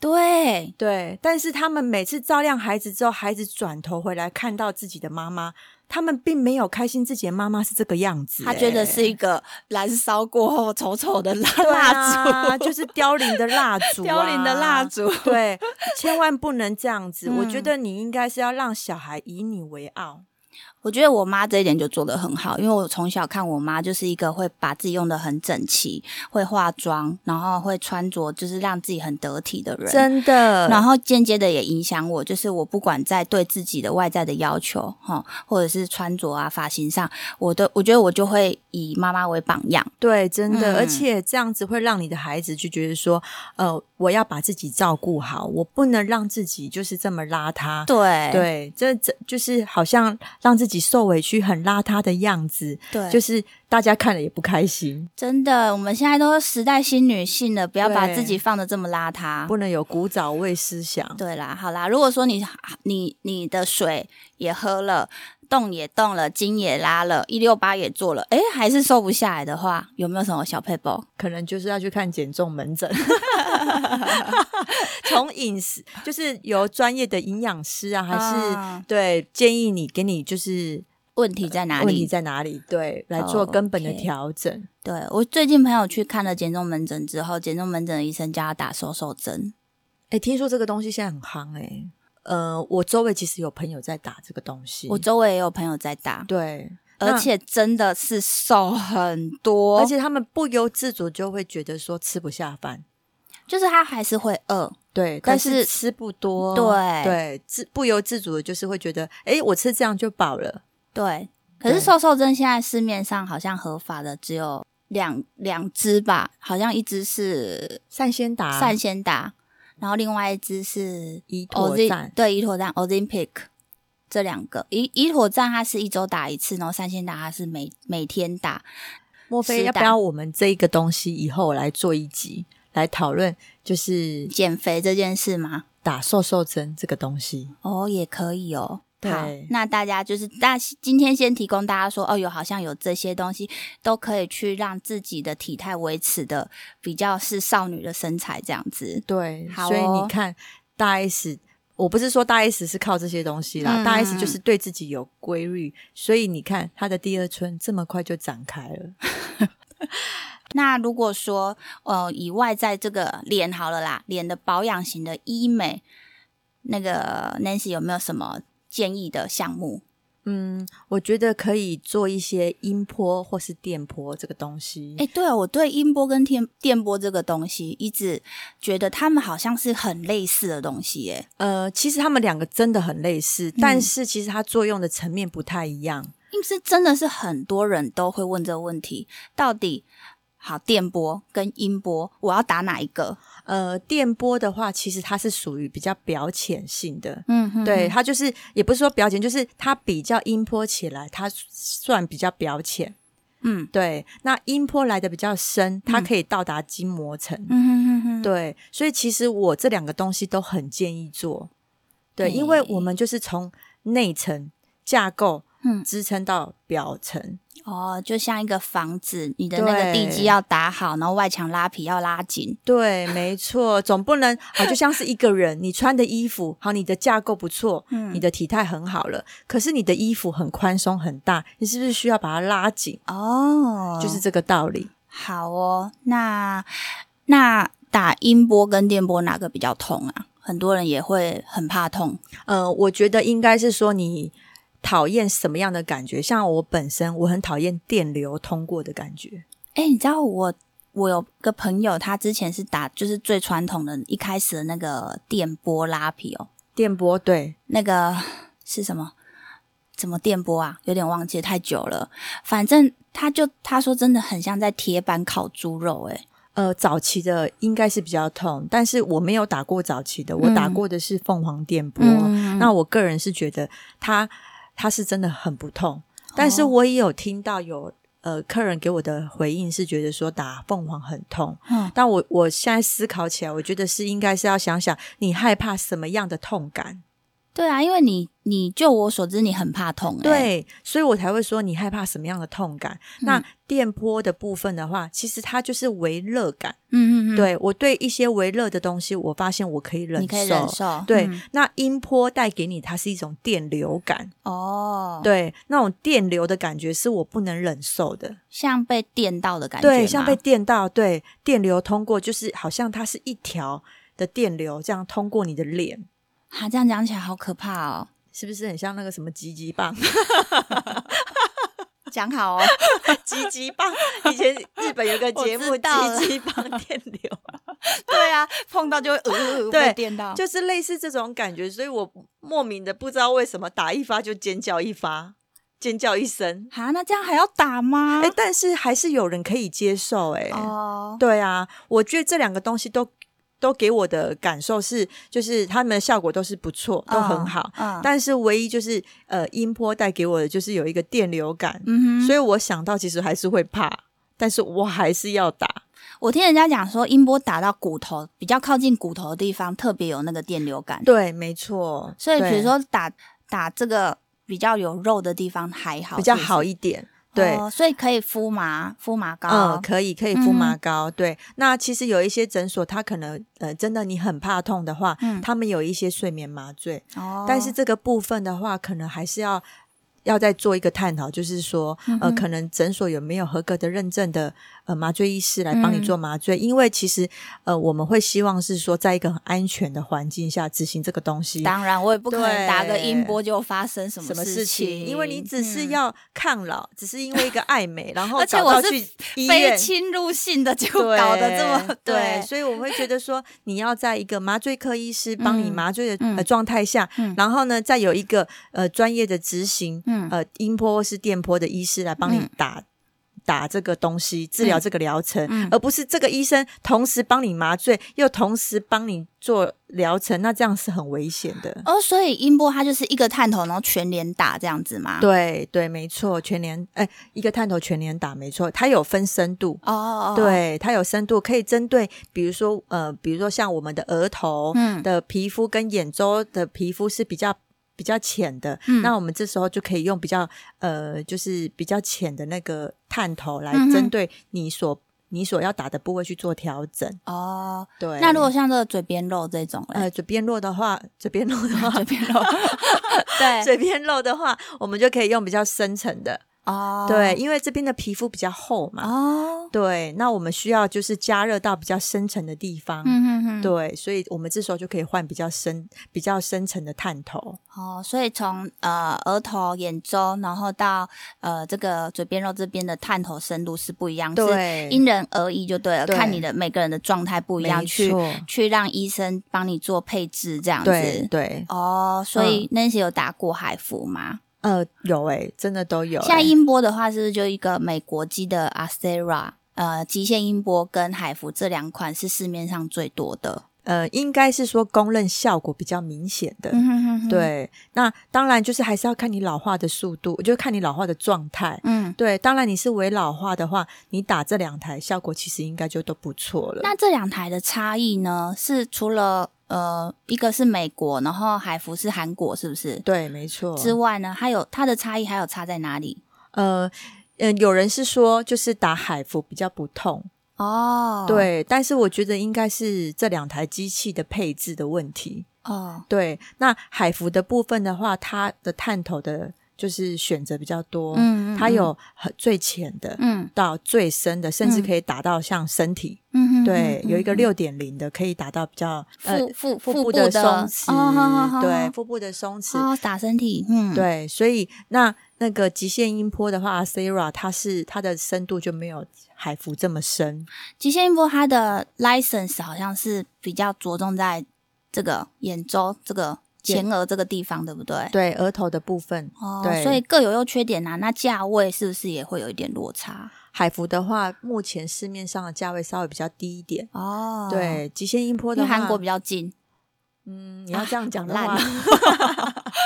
Speaker 2: 对
Speaker 1: 对，但是她们每次照亮孩子之后，孩子转头回来看到自己的妈妈，他们并没有开心自己的妈妈是这个样子、
Speaker 2: 他觉得
Speaker 1: 欸
Speaker 2: 是一个燃烧过后丑丑的蜡
Speaker 1: 对
Speaker 2: 蜡
Speaker 1: 啊，
Speaker 2: 烛，
Speaker 1: 就是啊凋零的蜡烛、啊，
Speaker 2: 凋零的蜡烛。
Speaker 1: 对，千万不能这样子。我觉
Speaker 2: 嗯
Speaker 1: 得你应该是要让小孩以你为傲。
Speaker 2: 我觉得我妈这一点就做得很好，因为我从小看我妈就是一个会把自己用的很整齐，会化妆，然后会穿着，就是让自己很得体的人。
Speaker 1: 真的
Speaker 2: 然后间接的也影响我，就是我不管在对自己的外在的要求，哈，或者是穿着啊、发型上，我都我觉得我就会以妈妈为榜样。
Speaker 1: 对，真的，而
Speaker 2: 嗯
Speaker 1: 且这样子会让你的孩子就觉得说，呃，我要把自己照顾好，我不能让自己就是这么邋遢。
Speaker 2: 对
Speaker 1: 对，这这就是好像让自己受委屈、很邋遢的样子，
Speaker 2: 对，
Speaker 1: 就是大家看了也不开心，
Speaker 2: 真的，我们现在都是时代新女性了，不要把
Speaker 1: 对
Speaker 2: 自己放的这么邋遢。
Speaker 1: 不能有古早味思想。
Speaker 2: 对啦，好啦，如果说你你你的水也喝了，洞也动了，筋也拉了，一六八也做了，诶，还是瘦不下来的话，有没有什么小配包？
Speaker 1: 可能就是要去看减重门诊，从饮食就是由专业的营养师啊，还是、
Speaker 2: 啊
Speaker 1: 对建议你给你就是
Speaker 2: 问题在哪
Speaker 1: 问题
Speaker 2: 里？
Speaker 1: 在哪里，哦对，来做根本的
Speaker 2: OK
Speaker 1: 调整。
Speaker 2: 对我最近朋友去看了减重门诊之后，减重门诊的医生叫他打瘦瘦针。
Speaker 1: 哎、听说这个东西现在很夯哎、呃，我周围其实有朋友在打这个东西，
Speaker 2: 我周围也有朋友在打，
Speaker 1: 对，
Speaker 2: 而
Speaker 1: 那
Speaker 2: 且真的是瘦很多，
Speaker 1: 而且他们不由自主就会觉得说吃不下饭。
Speaker 2: 就是他还是会饿。
Speaker 1: 对，
Speaker 2: 可
Speaker 1: 但
Speaker 2: 是
Speaker 1: 是吃不多，
Speaker 2: 对
Speaker 1: 对，自不由自主的就是会觉得，哎，我吃这样就饱了，
Speaker 2: 对，可是
Speaker 1: 对
Speaker 2: 瘦瘦针现在市面上好像合法的只有两两只吧，好像一只是
Speaker 1: 善先打，
Speaker 2: 善先达，然后另外一只是
Speaker 1: 一妥
Speaker 2: Oz
Speaker 1: 赞，
Speaker 2: 对伊妥站 Olympic 这两个，伊伊妥站它是一周打一次，然后善先达它是每每天打，
Speaker 1: 莫非
Speaker 2: 是
Speaker 1: 要
Speaker 2: 的
Speaker 1: 不要我们这一个东西以后来做一集来讨论，就是
Speaker 2: 减肥这件事吗？
Speaker 1: 打瘦瘦针这个东西？
Speaker 2: 哦，也可以哦。
Speaker 1: 对
Speaker 2: 好，那大家就是大今天先提供大家说，哦，有好像有这些东西都可以去让自己的体态维持的比较是少女的身材这样子。
Speaker 1: 对，
Speaker 2: 好
Speaker 1: 所以
Speaker 2: 哦
Speaker 1: 你看大 S，我不是说大 S 是靠这些东西啦，
Speaker 2: 嗯
Speaker 1: 大 S 就是对自己有规律，所以你看她的第二春这么快就展开了。
Speaker 2: 那如果说呃，以外在这个脸好了啦，脸的保养型的医美，那个 Nancy 有没有什么建议的项目？
Speaker 1: 嗯，我觉得可以做一些音波或是电波这个东西。
Speaker 2: 哎、对、哦，我对音波跟电电波这个东西一直觉得他们好像是很类似的东西耶。
Speaker 1: 呃，其实他们两个真的很类似，
Speaker 2: 嗯
Speaker 1: 但是其实它作用的层面不太一样。
Speaker 2: 因为真的是很多人都会问这个问题，到底好电波跟音波，我要打哪一个？
Speaker 1: 呃，电波的话，其实它是属于比较表浅性的，
Speaker 2: 嗯哼
Speaker 1: 对，，它就是也不是说表浅，就是它比较音波起来，它算比较表浅。
Speaker 2: 嗯
Speaker 1: 对，那音波来的比较深，它可以到达筋膜层。
Speaker 2: 嗯哼哼哼，
Speaker 1: 对，所以其实我这两个东西都很建议做。对，因为我们就是从内层架构
Speaker 2: 嗯
Speaker 1: 支撑到表层。
Speaker 2: 哦，就像一个房子，你的那个
Speaker 1: 对
Speaker 2: 地基要打好，然后外墙拉皮要拉紧。
Speaker 1: 对，没错，总不能啊，就像是一个人，你穿的衣服好，你的架构不错，你的体态很好了，可是你的衣服很宽松很大，你是不是需要把它拉紧？
Speaker 2: 哦，
Speaker 1: 就是这个道理。
Speaker 2: 好哦。那那打音波跟电波哪个比较痛啊？很多人也会很怕痛。
Speaker 1: 呃，我觉得应该是说你讨厌什么样的感觉？像我本身，我很讨厌电流通过的感觉。
Speaker 2: 哎，你知道我我有个朋友，他之前是打就是最传统的，一开始的那个电波拉皮哦，
Speaker 1: 电波对，
Speaker 2: 那个是什么？怎么电波啊？有点忘记了，太久了。反正他就他说真的很像在铁板烤猪肉、欸诶
Speaker 1: 呃，早期的应该是比较痛，但是我没有打过早期的，我打过的是凤凰电波。
Speaker 2: 嗯
Speaker 1: 那我个人是觉得它它是真的很不痛，但
Speaker 2: 哦
Speaker 1: 是我也有听到有呃客人给我的回应是觉得说打凤凰很痛，
Speaker 2: 嗯
Speaker 1: 但我我现在思考起来，我觉得是应该是要想想你害怕什么样的痛感，
Speaker 2: 对啊，因为你你就我所知，你很怕痛、诶，欸
Speaker 1: 对，所以我才会说你害怕什么样的痛感。
Speaker 2: 嗯
Speaker 1: 那电波的部分的话，其实它就是微热感。
Speaker 2: 嗯嗯嗯，
Speaker 1: 对我对一些微热的东西，我发现我可以忍受。
Speaker 2: 你可以忍受，
Speaker 1: 对，
Speaker 2: 嗯
Speaker 1: 那音波带给你，它是一种电流感，
Speaker 2: 哦，，
Speaker 1: 对，那种电流的感觉是我不能忍受的，
Speaker 2: 像被电到的感觉吗，
Speaker 1: 对，像被电到，对，电流通过，就是好像它是一条的电流这样通过你的脸，
Speaker 2: 啊，这样讲起来好可怕哦。
Speaker 1: 是不是很像那个什么吉吉 棒？
Speaker 2: 讲好哦，
Speaker 1: 吉吉棒，以前日本有个节目
Speaker 2: 我知道了
Speaker 1: 吉吉棒电流，
Speaker 2: 对啊，碰到就会呃
Speaker 1: 对
Speaker 2: 被电到，
Speaker 1: 就是类似这种感觉，所以我莫名的不知道为什么打一发就尖叫一发，尖叫一声。
Speaker 2: 啊，那这样还要打吗？
Speaker 1: 哎、但是还是有人可以接受、诶哎、
Speaker 2: 哦，
Speaker 1: 对啊，我觉得这两个东西都都给我的感受是，就是他们的效果都是不错，都很好。
Speaker 2: 嗯，
Speaker 1: 但是唯一就是呃，音波带给我的就是有一个电流感，
Speaker 2: 嗯哼，
Speaker 1: 所以我想到其实还是会怕，但是我还是要打。
Speaker 2: 我听人家讲说，音波打到骨头比较靠近骨头的地方，特别有那个电流感。
Speaker 1: 对，没错。
Speaker 2: 所以比
Speaker 1: 对
Speaker 2: 如说打打这个比较有肉的地方还好，
Speaker 1: 比较
Speaker 2: 是不是
Speaker 1: 好一点，对。
Speaker 2: 哦所以可以敷麻敷麻膏。啊
Speaker 1: 嗯，可以，可以敷麻膏。对，那其实有一些诊所，它可能呃，真的你很怕痛的话，
Speaker 2: 嗯
Speaker 1: 他们有一些睡眠麻醉，
Speaker 2: 哦，
Speaker 1: 但是这个部分的话，可能还是要要再做一个探讨，就是说，
Speaker 2: 嗯
Speaker 1: 呃，可能诊所有没有合格的认证的呃麻醉医师来帮
Speaker 2: 嗯
Speaker 1: 你做麻醉？因为其实呃，我们会希望是说，在一个很安全的环境下执行这个东西。
Speaker 2: 当然我也不可能
Speaker 1: 对
Speaker 2: 打个音波就发生什
Speaker 1: 什么
Speaker 2: 事
Speaker 1: 事情？因为你只是
Speaker 2: 嗯
Speaker 1: 要抗老，只是因为一个爱美，然后
Speaker 2: 而且
Speaker 1: 找
Speaker 2: 我
Speaker 1: 到
Speaker 2: 是
Speaker 1: 去医
Speaker 2: 非
Speaker 1: 院，
Speaker 2: 侵入性的就
Speaker 1: 对
Speaker 2: 搞得这么
Speaker 1: 对所以我会觉得说，你要在一个麻醉科医师帮你
Speaker 2: 嗯
Speaker 1: 麻醉的、
Speaker 2: 嗯
Speaker 1: 呃状态下，
Speaker 2: 嗯
Speaker 1: 然后呢，再有一个呃专业的执行，
Speaker 2: 嗯
Speaker 1: 呃音波或是电波的医师来帮你
Speaker 2: 嗯
Speaker 1: 打。打这个东西治疗这个疗程，
Speaker 2: 嗯
Speaker 1: 而不是这个医生同时帮你麻醉，又同时帮你做疗程，那这样是很危险的。
Speaker 2: 哦，所以音波它就是一个探头，然后全连打这样子嘛。
Speaker 1: 对对，没错，全年哎、一个探头全年打，没错，它有分深度，
Speaker 2: 哦，哦，哦，
Speaker 1: 对，它有深度，可以针对，比如说呃，比如说像我们的额头
Speaker 2: 嗯
Speaker 1: 的皮肤跟眼周的皮肤是比较。比较浅的，
Speaker 2: 嗯
Speaker 1: 那我们这时候就可以用比较呃，就是比较浅的那个探头来
Speaker 2: 嗯哼
Speaker 1: 针对你所、你所要打的部位去做调整。
Speaker 2: 哦。
Speaker 1: 对，
Speaker 2: 那如果像这个嘴边肉这种嘞，
Speaker 1: 呃嘴边落的话，嘴边落的话
Speaker 2: 嘴，边肉， 对，
Speaker 1: 嘴边落的话，我们就可以用比较深层的，
Speaker 2: 哦，
Speaker 1: 对，，因为这边的皮肤比较厚嘛，
Speaker 2: 哦，
Speaker 1: 对，那我们需要就是加热到比较深层的地方，
Speaker 2: 嗯哼哼，
Speaker 1: 对，所以我们这时候就可以换比较深、比较深层的探头。
Speaker 2: 哦，所以从呃额头、眼周，然后到呃这个嘴边肉这边的探头深度是不一样，是
Speaker 1: 对
Speaker 2: 因人而异就对了，
Speaker 1: 对
Speaker 2: 看你的每个人的状态不一样，
Speaker 1: 没
Speaker 2: 去
Speaker 1: 错
Speaker 2: 去让医生帮你做配置这样
Speaker 1: 对嗯
Speaker 2: 子。
Speaker 1: 对，
Speaker 2: 哦，所以那些有打过海服吗？
Speaker 1: 呃，有哎、真的都有、欸。
Speaker 2: 现在音波的话，是不是就一个美国机的 Astera？呃，极限音波跟海服这两款是市面上最多的。
Speaker 1: 呃，应该是说公认效果比较明显的。
Speaker 2: 嗯哼哼哼，
Speaker 1: 对，那当然就是还是要看你老化的速度，就看你老化的状态。
Speaker 2: 嗯，
Speaker 1: 对，当然你是微老化的话，你打这两台效果其实应该就都不错了。
Speaker 2: 那这两台的差异呢？是除了呃，一个是美国，然后海服是韩国，是不是？
Speaker 1: 对，没错。
Speaker 2: 之外呢，还有它的差异还有差在哪里？
Speaker 1: 呃，呃，有人是说就是打海服比较不痛，
Speaker 2: 哦，，
Speaker 1: 对，但是我觉得应该是这两台机器的配置的问题。
Speaker 2: 哦，
Speaker 1: 对，那海服的部分的话，它的探头的就是选择比较多，
Speaker 2: 嗯嗯
Speaker 1: 它有很最浅的
Speaker 2: 嗯
Speaker 1: 到最深的，甚至
Speaker 2: 嗯
Speaker 1: 可以达到像身体，
Speaker 2: 嗯，
Speaker 1: 对，有一个
Speaker 2: 嗯
Speaker 1: 六点零的，可以达到比较呃
Speaker 2: 腹腹
Speaker 1: 腹
Speaker 2: 部
Speaker 1: 部的松
Speaker 2: 哦
Speaker 1: 弛，
Speaker 2: 好好好
Speaker 1: 对，腹部的松弛，
Speaker 2: 哦，打身体，嗯，，
Speaker 1: 对，所以那那个极限音波的话，Sera 它是它的深度就没有海服这么深，
Speaker 2: 极限音波它的 license 好像是比较着重在这个眼周、这个前额这个地方，对不对？
Speaker 1: 对，额头的部分，
Speaker 2: 哦，
Speaker 1: 对
Speaker 2: 所以各有优缺点啊。那价位是不是也会有一点落差？
Speaker 1: 海服的话，目前市面上的价位稍微比较低一点。
Speaker 2: 哦，，
Speaker 1: 对，极限音波
Speaker 2: 因
Speaker 1: 的
Speaker 2: 为
Speaker 1: 话，
Speaker 2: 韩国比较近，
Speaker 1: 嗯，你要这样讲的
Speaker 2: 好
Speaker 1: 话，
Speaker 2: 烂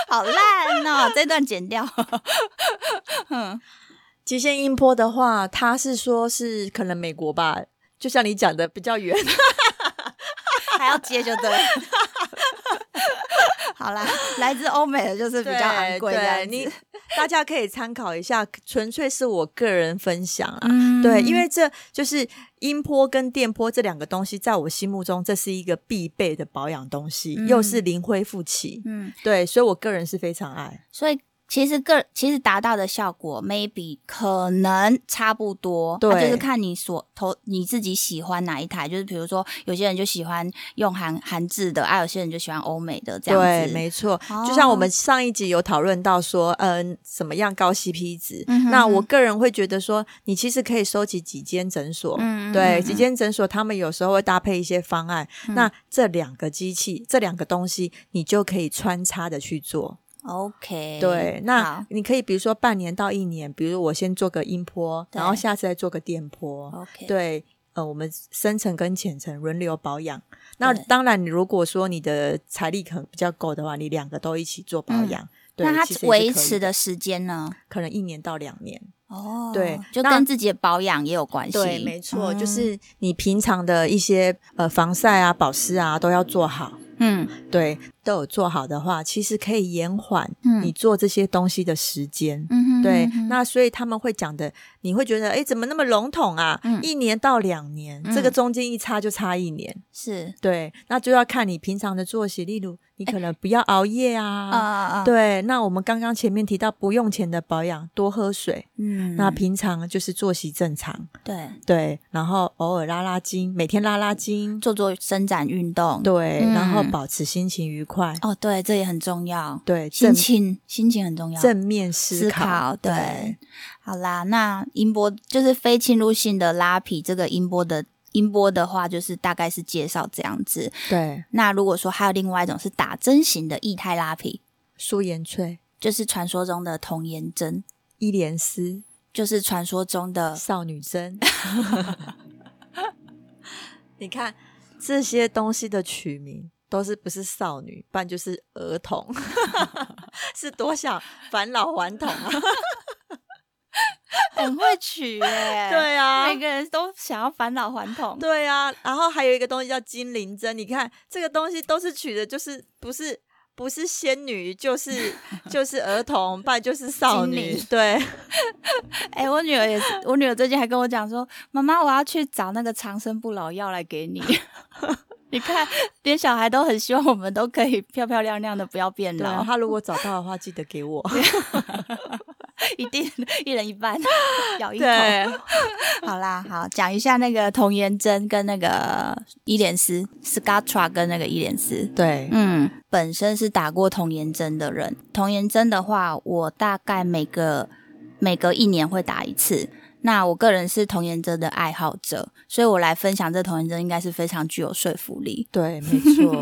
Speaker 2: 好烂哦，这段剪掉。
Speaker 1: 极限音波的话，它是说是可能美国吧，就像你讲的比较 远，
Speaker 2: 还要接就对了。 好啦，来自欧美的就是比较昂贵
Speaker 1: 对
Speaker 2: 的，
Speaker 1: 你 大家可以参考一下，纯粹是我个人分享啦。
Speaker 2: 嗯
Speaker 1: 啊对，因为这就是音波跟电波这两个东西，在我心目中这是一个必备的保养东西，
Speaker 2: 嗯
Speaker 1: 又是零恢复期，
Speaker 2: 嗯，
Speaker 1: 对，所以我个人是非常爱。
Speaker 2: 所以其实个其实达到的效果 maybe 可能差不多，
Speaker 1: 对
Speaker 2: 那就是看你所投你自己喜欢哪一台，就是比如说有些人就喜欢用韩韩制的，啊，有些人就喜欢欧美的这样
Speaker 1: 对，
Speaker 2: 子，
Speaker 1: 没错，
Speaker 2: 哦
Speaker 1: 就像我们上一集有讨论到说，嗯、怎么样高 CP 值？
Speaker 2: 嗯哼
Speaker 1: 那
Speaker 2: 哼
Speaker 1: 我个人会觉得说，你其实可以收集几间诊所，
Speaker 2: 嗯嗯
Speaker 1: 对，
Speaker 2: 嗯
Speaker 1: 几间诊所他们有时候会搭配一些方案。那这两个机器，这两个东西，你就可以穿插的去做。
Speaker 2: 嗯 OK，
Speaker 1: 对，
Speaker 2: 好
Speaker 1: 那你可以比如说半年到一年，比如我先做个音波，
Speaker 2: 对
Speaker 1: 然后下次再做个电波。
Speaker 2: OK，
Speaker 1: 对，呃，我们深层跟浅层轮流保养。那
Speaker 2: 对
Speaker 1: 当然，你如果说你的财力可能比较够的话，你两个都一起做保养。对，
Speaker 2: 嗯那
Speaker 1: 其实也
Speaker 2: 它
Speaker 1: 是
Speaker 2: 维
Speaker 1: 可以
Speaker 2: 持的时间呢？
Speaker 1: 可能一年到两年。
Speaker 2: 哦，
Speaker 1: 对
Speaker 2: 就
Speaker 1: 那
Speaker 2: 跟自己的保养也有关系，
Speaker 1: 对，没错，
Speaker 2: 嗯
Speaker 1: 就是你平常的一些呃防晒啊、保湿啊都要做好。
Speaker 2: 嗯。
Speaker 1: 对，都有做好的话，其实可以延缓
Speaker 2: 嗯
Speaker 1: 你做这些东西的时间。
Speaker 2: 嗯哼，
Speaker 1: 对
Speaker 2: 嗯，哼
Speaker 1: 那所以他们会讲的，你会觉得，哎，怎么那么笼统啊？
Speaker 2: 嗯
Speaker 1: 一年到两年，
Speaker 2: 嗯
Speaker 1: 这个中间一差就差一年。
Speaker 2: 是
Speaker 1: 对，那就要看你平常的作息，例如你可能不要熬夜
Speaker 2: 哎啊
Speaker 1: 啊。
Speaker 2: 啊，啊，
Speaker 1: 对，那我们刚刚前面提到不用钱的保养，多喝水。
Speaker 2: 嗯，
Speaker 1: 那平常就是作息正常，
Speaker 2: 对
Speaker 1: 对，然后偶尔拉拉筋，每天拉拉筋，
Speaker 2: 做做伸展运动，
Speaker 1: 对，
Speaker 2: 嗯
Speaker 1: 然后保持心情愉快，
Speaker 2: 哦，对，这也很重要，
Speaker 1: 对，
Speaker 2: 心
Speaker 1: 正
Speaker 2: 情心情很重要，
Speaker 1: 正面思
Speaker 2: 思考对
Speaker 1: 对，
Speaker 2: 好啦，那音波就是非侵入性的拉皮，这个音波的音波的话，就是大概是介绍这样子。
Speaker 1: 对，
Speaker 2: 那如果说还有另外一种是打针型的液态拉皮，
Speaker 1: 舒颜萃、
Speaker 2: 就是传说中的童颜针，
Speaker 1: 伊莲丝、
Speaker 2: 就是传说中的
Speaker 1: 少女针。 你看这些东西的取名都是不是少女，不然就是儿 童，是多想返老还童 啊！
Speaker 2: 很会取耶
Speaker 1: 对啊，
Speaker 2: 个人都想要返老还童
Speaker 1: 对啊。然后还有一个东西叫金灵针，你看这个东西都是取的，就是不是。不是仙女， 就是就是儿童，不然就是少
Speaker 2: 精
Speaker 1: 女
Speaker 2: 灵，
Speaker 1: 对，
Speaker 2: 哎、我女儿 也是，我女儿最近还跟我讲说，妈妈，我要去找那个长生不老药来给 你。你看，连小孩都很希望我们都可以漂漂亮亮的，不要变
Speaker 1: 对啊
Speaker 2: 老，
Speaker 1: 他如果找到的话，记得给我。
Speaker 2: 一定一人一 半，咬一 口。
Speaker 1: 对，
Speaker 2: 好啦，好讲一下那个童颜针跟那个伊莲丝 s c a t r a 跟那个伊莲丝。
Speaker 1: 对，
Speaker 2: 嗯，本身是打过童颜针的人，童颜针的话，我大概每个每隔一年会打一次。那我个人是童颜针的爱好者，所以我来分享这童颜针应该是非常具有说服力。
Speaker 1: 对，没错，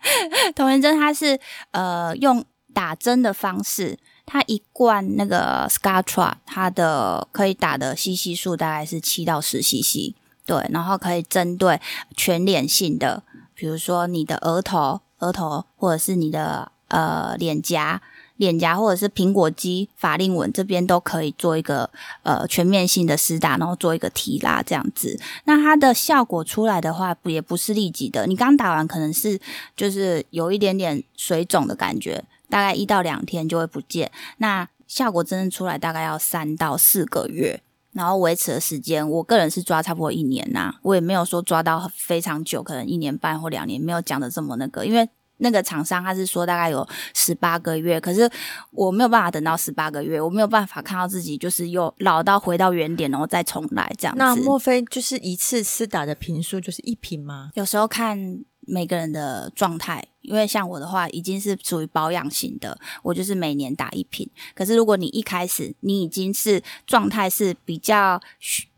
Speaker 2: 童颜针它是呃用打针的方式，它一罐那个 Scartra 它的可以打的 CC 数大概是七到十 CC，对，然后可以针对全脸性的，比如说你的额头、额头或者是你的呃脸颊。脸颊或者是苹果肌、法令纹这边都可以做一个呃全面性的施打，然后做一个提拉这样子。那它的效果出来的话，不也不是立即的。你刚打完可能是就是有一点点水肿的感觉，大概一到两天就会不见。那效果真正出来大概要三到四个月，然后维持的时间，我个人是抓差不多一年呐、我也没有说抓到非常久，可能一年半或两年，没有讲的这么那个，因为那个厂商他是说大概有十八个月，可是我没有办法等到十八个月，我没有办法看到自己就是又老到回到原点，然后再重来这样子。
Speaker 1: 那莫非就是一次施打的频数就是一瓶吗？
Speaker 2: 有时候看每个人的状态，因为像我的话已经是属于保养型的，我就是每年打一瓶。可是如果你一开始你已经是状态是比较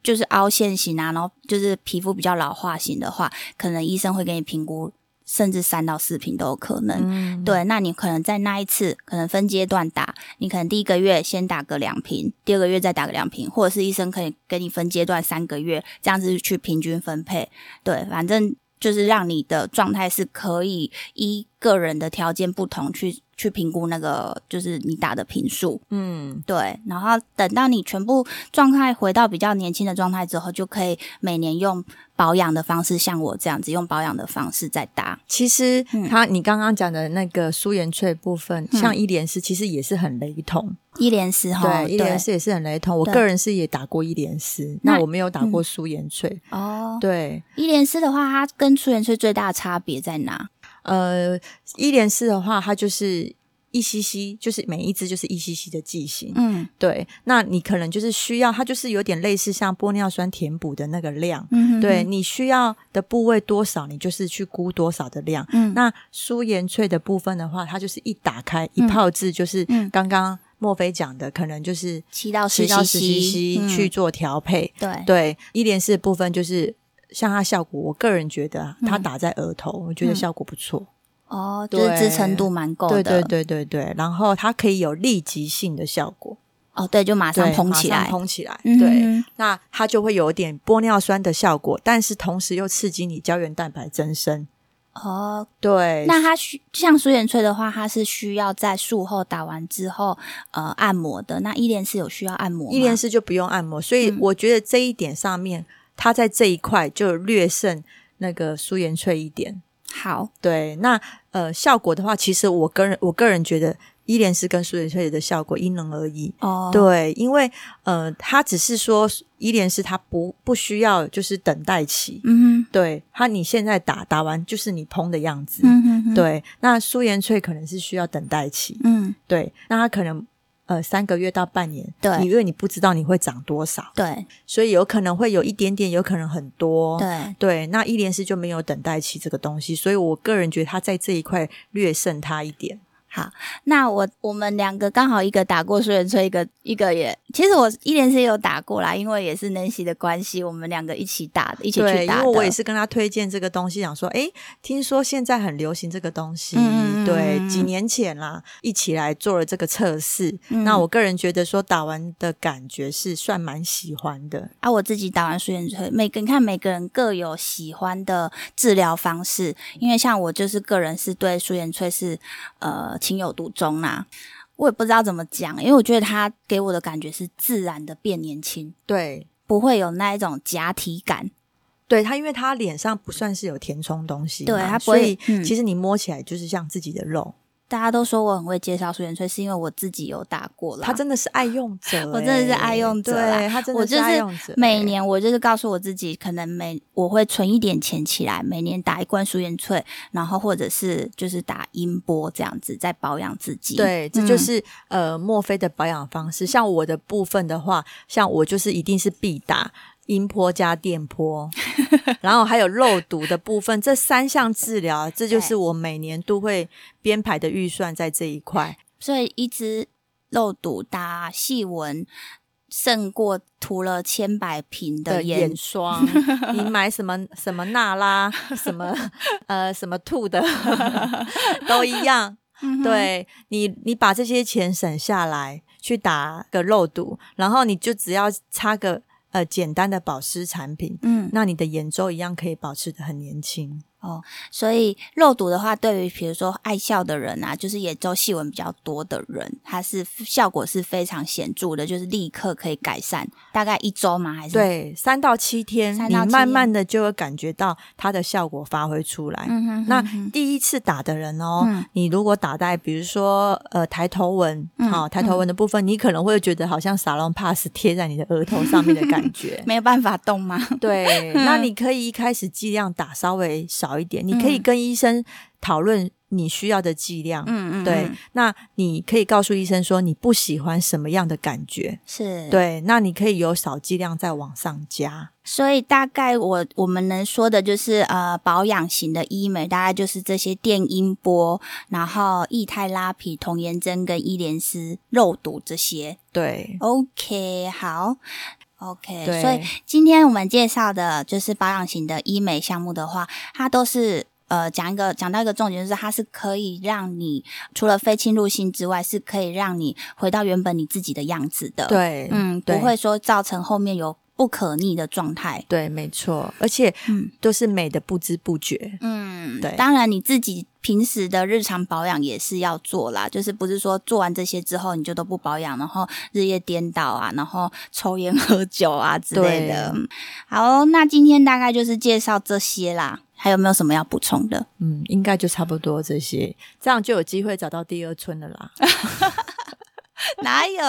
Speaker 2: 就是凹陷型啊，然后就是皮肤比较老化型的话，可能医生会给你评估。甚至三到四瓶都有可能，
Speaker 1: 嗯，
Speaker 2: 对，那你可能在那一次，可能分阶段打，你可能第一个月先打个两瓶，第二个月再打个两瓶，或者是医生可以给你分阶段三个月这样子去平均分配。对，反正就是让你的状态是可以依个人的条件不同去去评估那个就是你打的瓶数。
Speaker 1: 嗯，
Speaker 2: 对，然后等到你全部状态回到比较年轻的状态之后，就可以每年用保养的方式，像我这样子用保养的方式再打。
Speaker 1: 其实
Speaker 2: 嗯
Speaker 1: 他你刚刚讲的那个苏颜萃部分，
Speaker 2: 嗯
Speaker 1: 像伊莲丝其实也是很雷同，
Speaker 2: 一连十哈，
Speaker 1: 对，伊莲丝也是很雷同。我
Speaker 2: 对
Speaker 1: 个人是也打过伊莲丝，
Speaker 2: 那
Speaker 1: 那我没有打过苏颜萃，
Speaker 2: 哦，
Speaker 1: 对。
Speaker 2: 伊莲丝的话，它跟初元萃最大的差别在哪？
Speaker 1: 呃，伊莲丝的话，它就是一 cc，就是每一支就是一 cc 的剂型。
Speaker 2: 嗯
Speaker 1: 对，那你可能就是需要，它就是有点类似像玻尿酸填补的那个量。
Speaker 2: 嗯
Speaker 1: 对，你需要的部位多少，你就是去估多少的量。
Speaker 2: 嗯
Speaker 1: 那舒颜萃的部分的话，它就是一打开一
Speaker 2: 嗯
Speaker 1: 泡制，就是
Speaker 2: 嗯
Speaker 1: 刚刚莫菲讲的，可能就是
Speaker 2: 七到十
Speaker 1: 七到十
Speaker 2: cc
Speaker 1: cc 去做调配。
Speaker 2: 对
Speaker 1: 对，伊莲丝的部分就是像它效果，我个人觉得啊它打在额头，我觉得
Speaker 2: 嗯
Speaker 1: 效果不错。
Speaker 2: 哦，就是
Speaker 1: 对
Speaker 2: 支撑度蛮够
Speaker 1: 对
Speaker 2: 的，
Speaker 1: 对对对对，然后它可以有立即性的效果，
Speaker 2: 哦对，就马上
Speaker 1: 对
Speaker 2: 蓬
Speaker 1: 马
Speaker 2: 起
Speaker 1: 上
Speaker 2: 来，
Speaker 1: 蓬起来，
Speaker 2: 嗯
Speaker 1: 对。
Speaker 2: 哼
Speaker 1: 那它就会有点玻尿酸的效果，但是同时又刺激你胶原蛋白增生。
Speaker 2: 哦，
Speaker 1: 对，
Speaker 2: 那它需像舒颜萃的话，它是需要在术后打完之后呃按摩的，那伊莲丝有需要按摩吗？
Speaker 1: 伊莲丝就不用按摩，所以
Speaker 2: 嗯
Speaker 1: 我觉得这一点上面，它在这一块就略胜那个舒颜萃一点。
Speaker 2: 好，
Speaker 1: 对，那呃效果的话，其实我个人我个人觉得伊莲丝跟舒颜萃的效果因人而异。
Speaker 2: 哦，
Speaker 1: 对，因为呃，它只是说伊莲丝它不不需要就是等待期，
Speaker 2: 嗯
Speaker 1: 对它你现在打打完就是你砰的样子
Speaker 2: 哼，，嗯哼哼，
Speaker 1: 对。那舒颜萃可能是需要等待期，
Speaker 2: 嗯，
Speaker 1: 对，那它可能呃三个月到半年，
Speaker 2: 对
Speaker 1: 你因为你不知道你会长多少，
Speaker 2: 对
Speaker 1: 所以有可能会有一点点，有可能很多，
Speaker 2: 对，
Speaker 1: 对。那伊莲丝就没有等待期这个东西，所以我个人觉得它在这一块略胜它一点。
Speaker 2: 那我我们两个刚好一个打过苏元吹，一个一个也，其实我一连是有打过啦，因为也是 Nancy 的关系，我们两个一起打的，一起
Speaker 1: 对，
Speaker 2: 去
Speaker 1: 因
Speaker 2: 打的。
Speaker 1: 为我也是跟他推荐这个东西，想说，诶，听说现在很流行这个东西，
Speaker 2: 嗯嗯嗯
Speaker 1: 对
Speaker 2: 嗯，
Speaker 1: 几年前啦，一起来做了这个测试。
Speaker 2: 嗯
Speaker 1: 那我个人觉得说，打完的感觉是算蛮喜欢的，
Speaker 2: 啊，我自己打完苏元吹，每个你看每个人各有喜欢的治疗方式，因为像我就是个人是对苏元吹是呃情有独钟啦。我也不知道怎么讲，因为我觉得它给我的感觉是自然的变年轻，
Speaker 1: 对。
Speaker 2: 不会有那一种假体感。
Speaker 1: 对它，因为它脸上不算是有填充东西嘛，
Speaker 2: 对它不
Speaker 1: 所
Speaker 2: 会
Speaker 1: 以
Speaker 2: 嗯
Speaker 1: 其实你摸起来就是像自己的肉。
Speaker 2: 大家都说我很会介绍苏元吹，是因为我自己有打过啦。
Speaker 1: 他真的是爱用者欸、
Speaker 2: 啊我真的是爱用者啦
Speaker 1: 对他真
Speaker 2: 我
Speaker 1: 的
Speaker 2: 就是是
Speaker 1: 爱用者欸、
Speaker 2: 每年我就是告诉我自己，可能每我会存一点钱起来，每年打一罐舒颜萃，然后或者是就是打音波这样子，在保养自己。
Speaker 1: 对，这
Speaker 2: 嗯
Speaker 1: 就是、呃墨菲的保养方式。像我的部分的话，像我就是一定是必打音波加电波， 然后还有肉毒的部分，这三项治疗，这就是
Speaker 2: 对
Speaker 1: 我每年都会编排的预算在这一块。
Speaker 2: 所以一支肉毒打细纹，胜过涂了千百瓶的
Speaker 1: 的
Speaker 2: 眼
Speaker 1: 眼。霜，你买什么什么娜拉，什么呃什么兔的， 都一 样。
Speaker 2: 嗯
Speaker 1: 对你，你把这些钱省下来去打个肉毒，然后你就只要擦个呃简单的保湿产品，
Speaker 2: 嗯，
Speaker 1: 那你的眼周一样可以保持的很年轻。
Speaker 2: 所以肉毒的话，对于比如说爱笑的人啊，就是眼周细纹比较多的人，它是效果是非常显著的，就是立刻可以改善，大概一周嘛，还是
Speaker 1: 对，三到七天，
Speaker 2: 三
Speaker 1: 你
Speaker 2: 到七
Speaker 1: 慢慢的就会感觉到它的效果发挥出来。
Speaker 2: 嗯哼
Speaker 1: 那
Speaker 2: 嗯哼
Speaker 1: 第一次打的人哦，
Speaker 2: 嗯
Speaker 1: 你如果打在比如说呃抬头纹，好、
Speaker 2: 嗯。
Speaker 1: 抬头纹的部分，你可能会觉得好像沙龙 pass 贴在你的额头上面的感觉
Speaker 2: 没有办法动吗？ 嗯
Speaker 1: 对，那你可以一开始剂量打稍微少一点，你可以跟医生讨论你需要的剂量。
Speaker 2: 嗯嗯，
Speaker 1: 对
Speaker 2: 嗯，
Speaker 1: 那你可以告诉医生说你不喜欢什么样的感觉，
Speaker 2: 是，。
Speaker 1: 对，那你可以有少剂量再往上加。
Speaker 2: 所以大概我我们能说的就是，呃，保养型的医美大概就是这些电音波，然后液态拉皮、童颜针跟伊莲丝、肉毒这些。
Speaker 1: 对，
Speaker 2: OK，好，OK，
Speaker 1: 对
Speaker 2: 哦所以呃今天我们介绍的就是保养型的医美项目的话，它都是呃讲一个讲到一个重点，就是它是可以让你除了非侵入性之外，是可以让你回到原本你自己的样子的。，
Speaker 1: 对，
Speaker 2: 嗯，不
Speaker 1: 对
Speaker 2: 会说造成后面有不可逆的状态。
Speaker 1: 对，没错，而且
Speaker 2: 嗯
Speaker 1: 都是美的不知不觉。
Speaker 2: 嗯，
Speaker 1: 对
Speaker 2: 当然你自己平时的日常保养也是要做啦，就是不是说做完这些之后你就都不保养，然后日夜颠倒啊，然后抽烟喝酒啊之类的。好，那今天大概就是介绍这些啦，还有没有什么要补充的？
Speaker 1: 嗯，应该就差不多这些，这样就有机会找到第二春了啦。
Speaker 2: 哪 有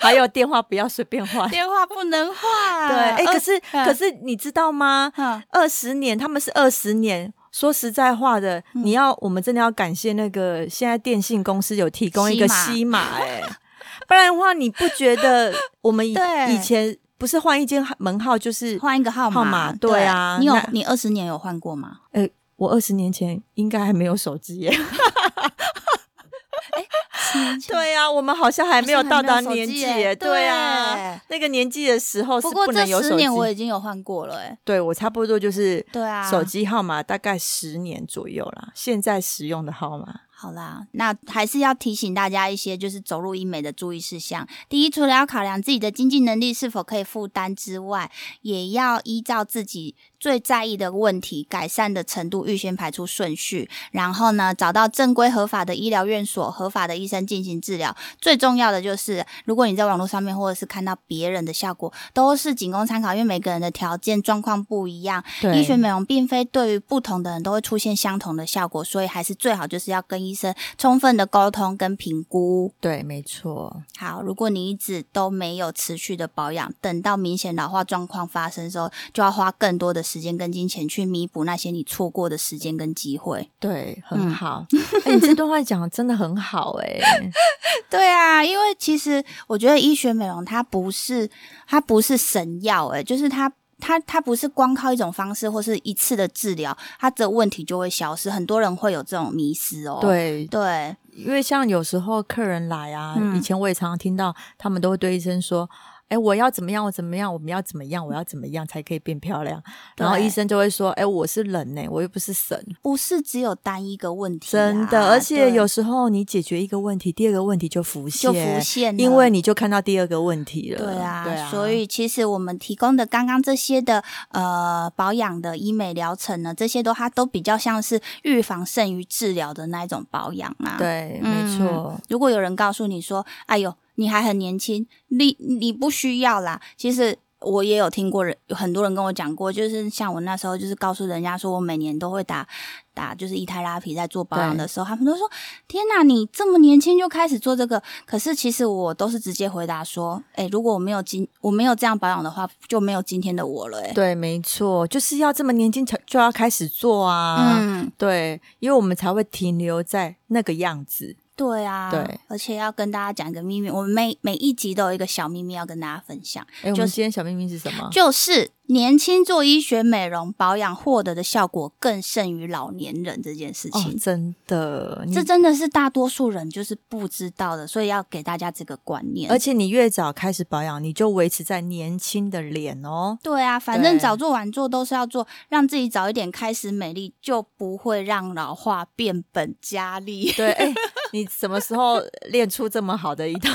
Speaker 1: 还有电话不要随便换。对，
Speaker 2: 电话不能换？
Speaker 1: 哎、
Speaker 2: 呃
Speaker 1: 可是、
Speaker 2: 嗯
Speaker 1: 可是你知道吗？
Speaker 2: 嗯
Speaker 1: 二十年，他们是二十年。说实在话的，
Speaker 2: 嗯
Speaker 1: 你要我们真的要感谢那个现在电信公司有提供一个
Speaker 2: 西
Speaker 1: 西马、哎，不然的话你不觉得我们以
Speaker 2: 对
Speaker 1: 以前不是换一间门号就是
Speaker 2: 换一个号码，
Speaker 1: 号码对啊
Speaker 2: 你有
Speaker 1: 那
Speaker 2: 你二十年有换过 吗？
Speaker 1: 呃，我二十年前应该还没有手机耶。对呀、啊，我们好像还没有到达年纪耶。对啊，
Speaker 2: 啊。
Speaker 1: 那个年纪的时候是
Speaker 2: 不过
Speaker 1: 能
Speaker 2: 这
Speaker 1: 有
Speaker 2: 十
Speaker 1: 手机。
Speaker 2: 年我已经有换过了、哎，
Speaker 1: 对我差不多就是
Speaker 2: 对啊，
Speaker 1: 手机号码大概十年左右啦，现在使用的号码。
Speaker 2: 好啦，那还是要提醒大家一些就是走入医美的注意事项。第一，除了要考量自己的经济能力是否可以负担之外，也要依照自己最在意的问题、改善的程度预先排出顺序，然后呢，找到正规合法的医疗院所、合法的医生进行治疗。最重要的就是，如果你在网络上面或者是看到别人的效果，都是仅供参考，因为每个人的条件状况不一样，
Speaker 1: 对
Speaker 2: 医学美容并非对于不同的人都会出现相同的效果，所以还是最好就是要跟医生充分的沟通跟评估。
Speaker 1: 对，没错。
Speaker 2: 好，如果你一直都没有持续的保养，等到明显老化状况发生的时候，就要花更多的时间跟金钱去弥补那些你错过的时间跟机会。
Speaker 1: 对，
Speaker 2: 嗯
Speaker 1: 很好。 哎、你这段话讲的真的很好哎、
Speaker 2: 对啊，因为其实我觉得医学美容它不是它不是神药、欸，就是它。它它不是光靠一种方式或是一次的治疗，它的问题就会消失。很多人会有这种迷失哦。
Speaker 1: 对，
Speaker 2: 对，
Speaker 1: 因为像有时候客人来啊，
Speaker 2: 嗯
Speaker 1: 以前我也常常听到他们都会对医生说：“哎，我要怎么样，我怎么样，我们要怎么样，我要怎么样才可以变漂亮？”
Speaker 2: 对
Speaker 1: 然后医生就会说：“哎，我是人呢、我又不是神。”
Speaker 2: 不是只有单一个问题啦，
Speaker 1: 真的，而且
Speaker 2: 对
Speaker 1: 有时候你解决一个问题，第二个问题就浮现，
Speaker 2: 就浮现了，
Speaker 1: 因为你就看到第二个问题了。
Speaker 2: 对啊，
Speaker 1: 对啊，
Speaker 2: 所以其实我们提供的刚刚这些的呃保养的医美疗程呢，这些都它都比较像是预防胜于治疗的那一种保养啊。，
Speaker 1: 对，
Speaker 2: 嗯
Speaker 1: 没错，
Speaker 2: 如果有人告诉你说：“哎呦，你还很年轻，你你不需要啦。”其实。我也有听过人，有很多人跟我讲过，就是像我那时候，就是告诉人家说我每年都会打打就是一胎拉皮，在做保养的时候，他们都说：“天哪，你这么年轻就开始做这个？”可是其实我都是直接回答说：“哎、如果我没有今我没有这样保养的话，就没有今天的我了、欸。”
Speaker 1: 对，没错，就是要这么年轻才就要开始做啊。
Speaker 2: 嗯，
Speaker 1: 对，因为我们才会停留在那个样子。
Speaker 2: 对啊，
Speaker 1: 对，
Speaker 2: 而且要跟大家讲一个秘密，我们每每一集都有一个小秘密要跟大家分享。
Speaker 1: 哎，我
Speaker 2: 就
Speaker 1: 们
Speaker 2: 是
Speaker 1: 今天小秘密是什么？
Speaker 2: 就是年轻做医学美容保养获得的效果更胜于老年人这件事
Speaker 1: 哦嗯
Speaker 2: 情，，
Speaker 1: 真的，你
Speaker 2: 这真的是大多数人就是不知道的，所以要给大家这个观念。
Speaker 1: 而且你越早开始保养，你就维持在年轻的脸哦。
Speaker 2: 对啊，反正
Speaker 1: 对
Speaker 2: 早做晚做都是要做，让自己早一点开始美丽，就不会让老化变本 加厉。
Speaker 1: 对，哎、你什么时候练出这么好的一道，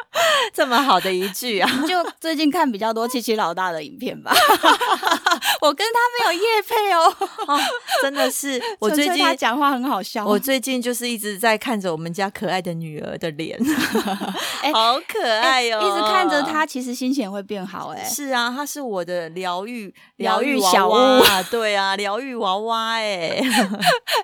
Speaker 1: 这么好的一句啊？
Speaker 2: 就最近看比较多七七老大的影 片吧，我跟他没有业配哦，
Speaker 1: 哦，真的 是，我
Speaker 2: 纯粹
Speaker 1: 最近
Speaker 2: 他讲话很好笑，
Speaker 1: 我最近就是一直在看着我们家可爱的女儿的脸，
Speaker 2: 哎
Speaker 1: 好可爱哟、
Speaker 2: 一直看着。他，其实心情会变好哎、
Speaker 1: 是啊，她是我的疗愈
Speaker 2: 疗愈
Speaker 1: 娃
Speaker 2: 小
Speaker 1: 娃
Speaker 2: 屋
Speaker 1: 啊，对啊，疗愈娃娃哎、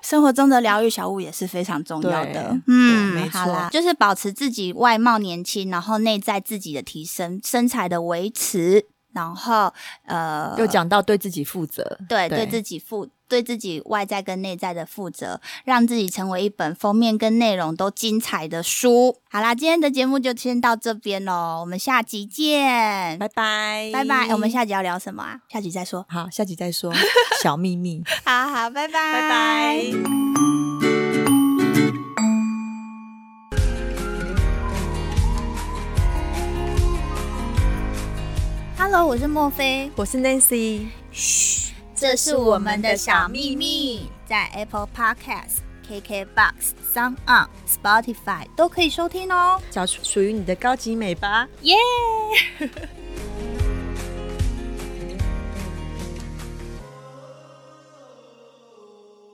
Speaker 2: 生活中的疗愈小物也是非常重要的
Speaker 1: 对。对
Speaker 2: 嗯，
Speaker 1: 没错
Speaker 2: 好啦，就是保持自己外貌年轻，然后内在自己的提升，身材的维持，然后呃，
Speaker 1: 又讲到对自己负责，
Speaker 2: 对
Speaker 1: 对
Speaker 2: 对自己负对自己外在跟内在的负责，让自己成为一本封面跟内容都精彩的书。好啦，今天的节目就先到这边喽，我们下集见，
Speaker 1: 拜拜，
Speaker 2: 拜拜、诶我们下集要聊什么啊？下集再说。
Speaker 1: 好，下集再说小秘密，
Speaker 2: 好好，拜 拜，
Speaker 1: 拜拜。
Speaker 2: Hello，我是莫菲，
Speaker 1: 我是 Nancy，
Speaker 2: 嘘，这是我们的小秘密，在 Apple Podcast、KKBox、Sound On、Spotify 都可以收听哦，
Speaker 1: 找出属于你的高级美吧。
Speaker 2: 耶、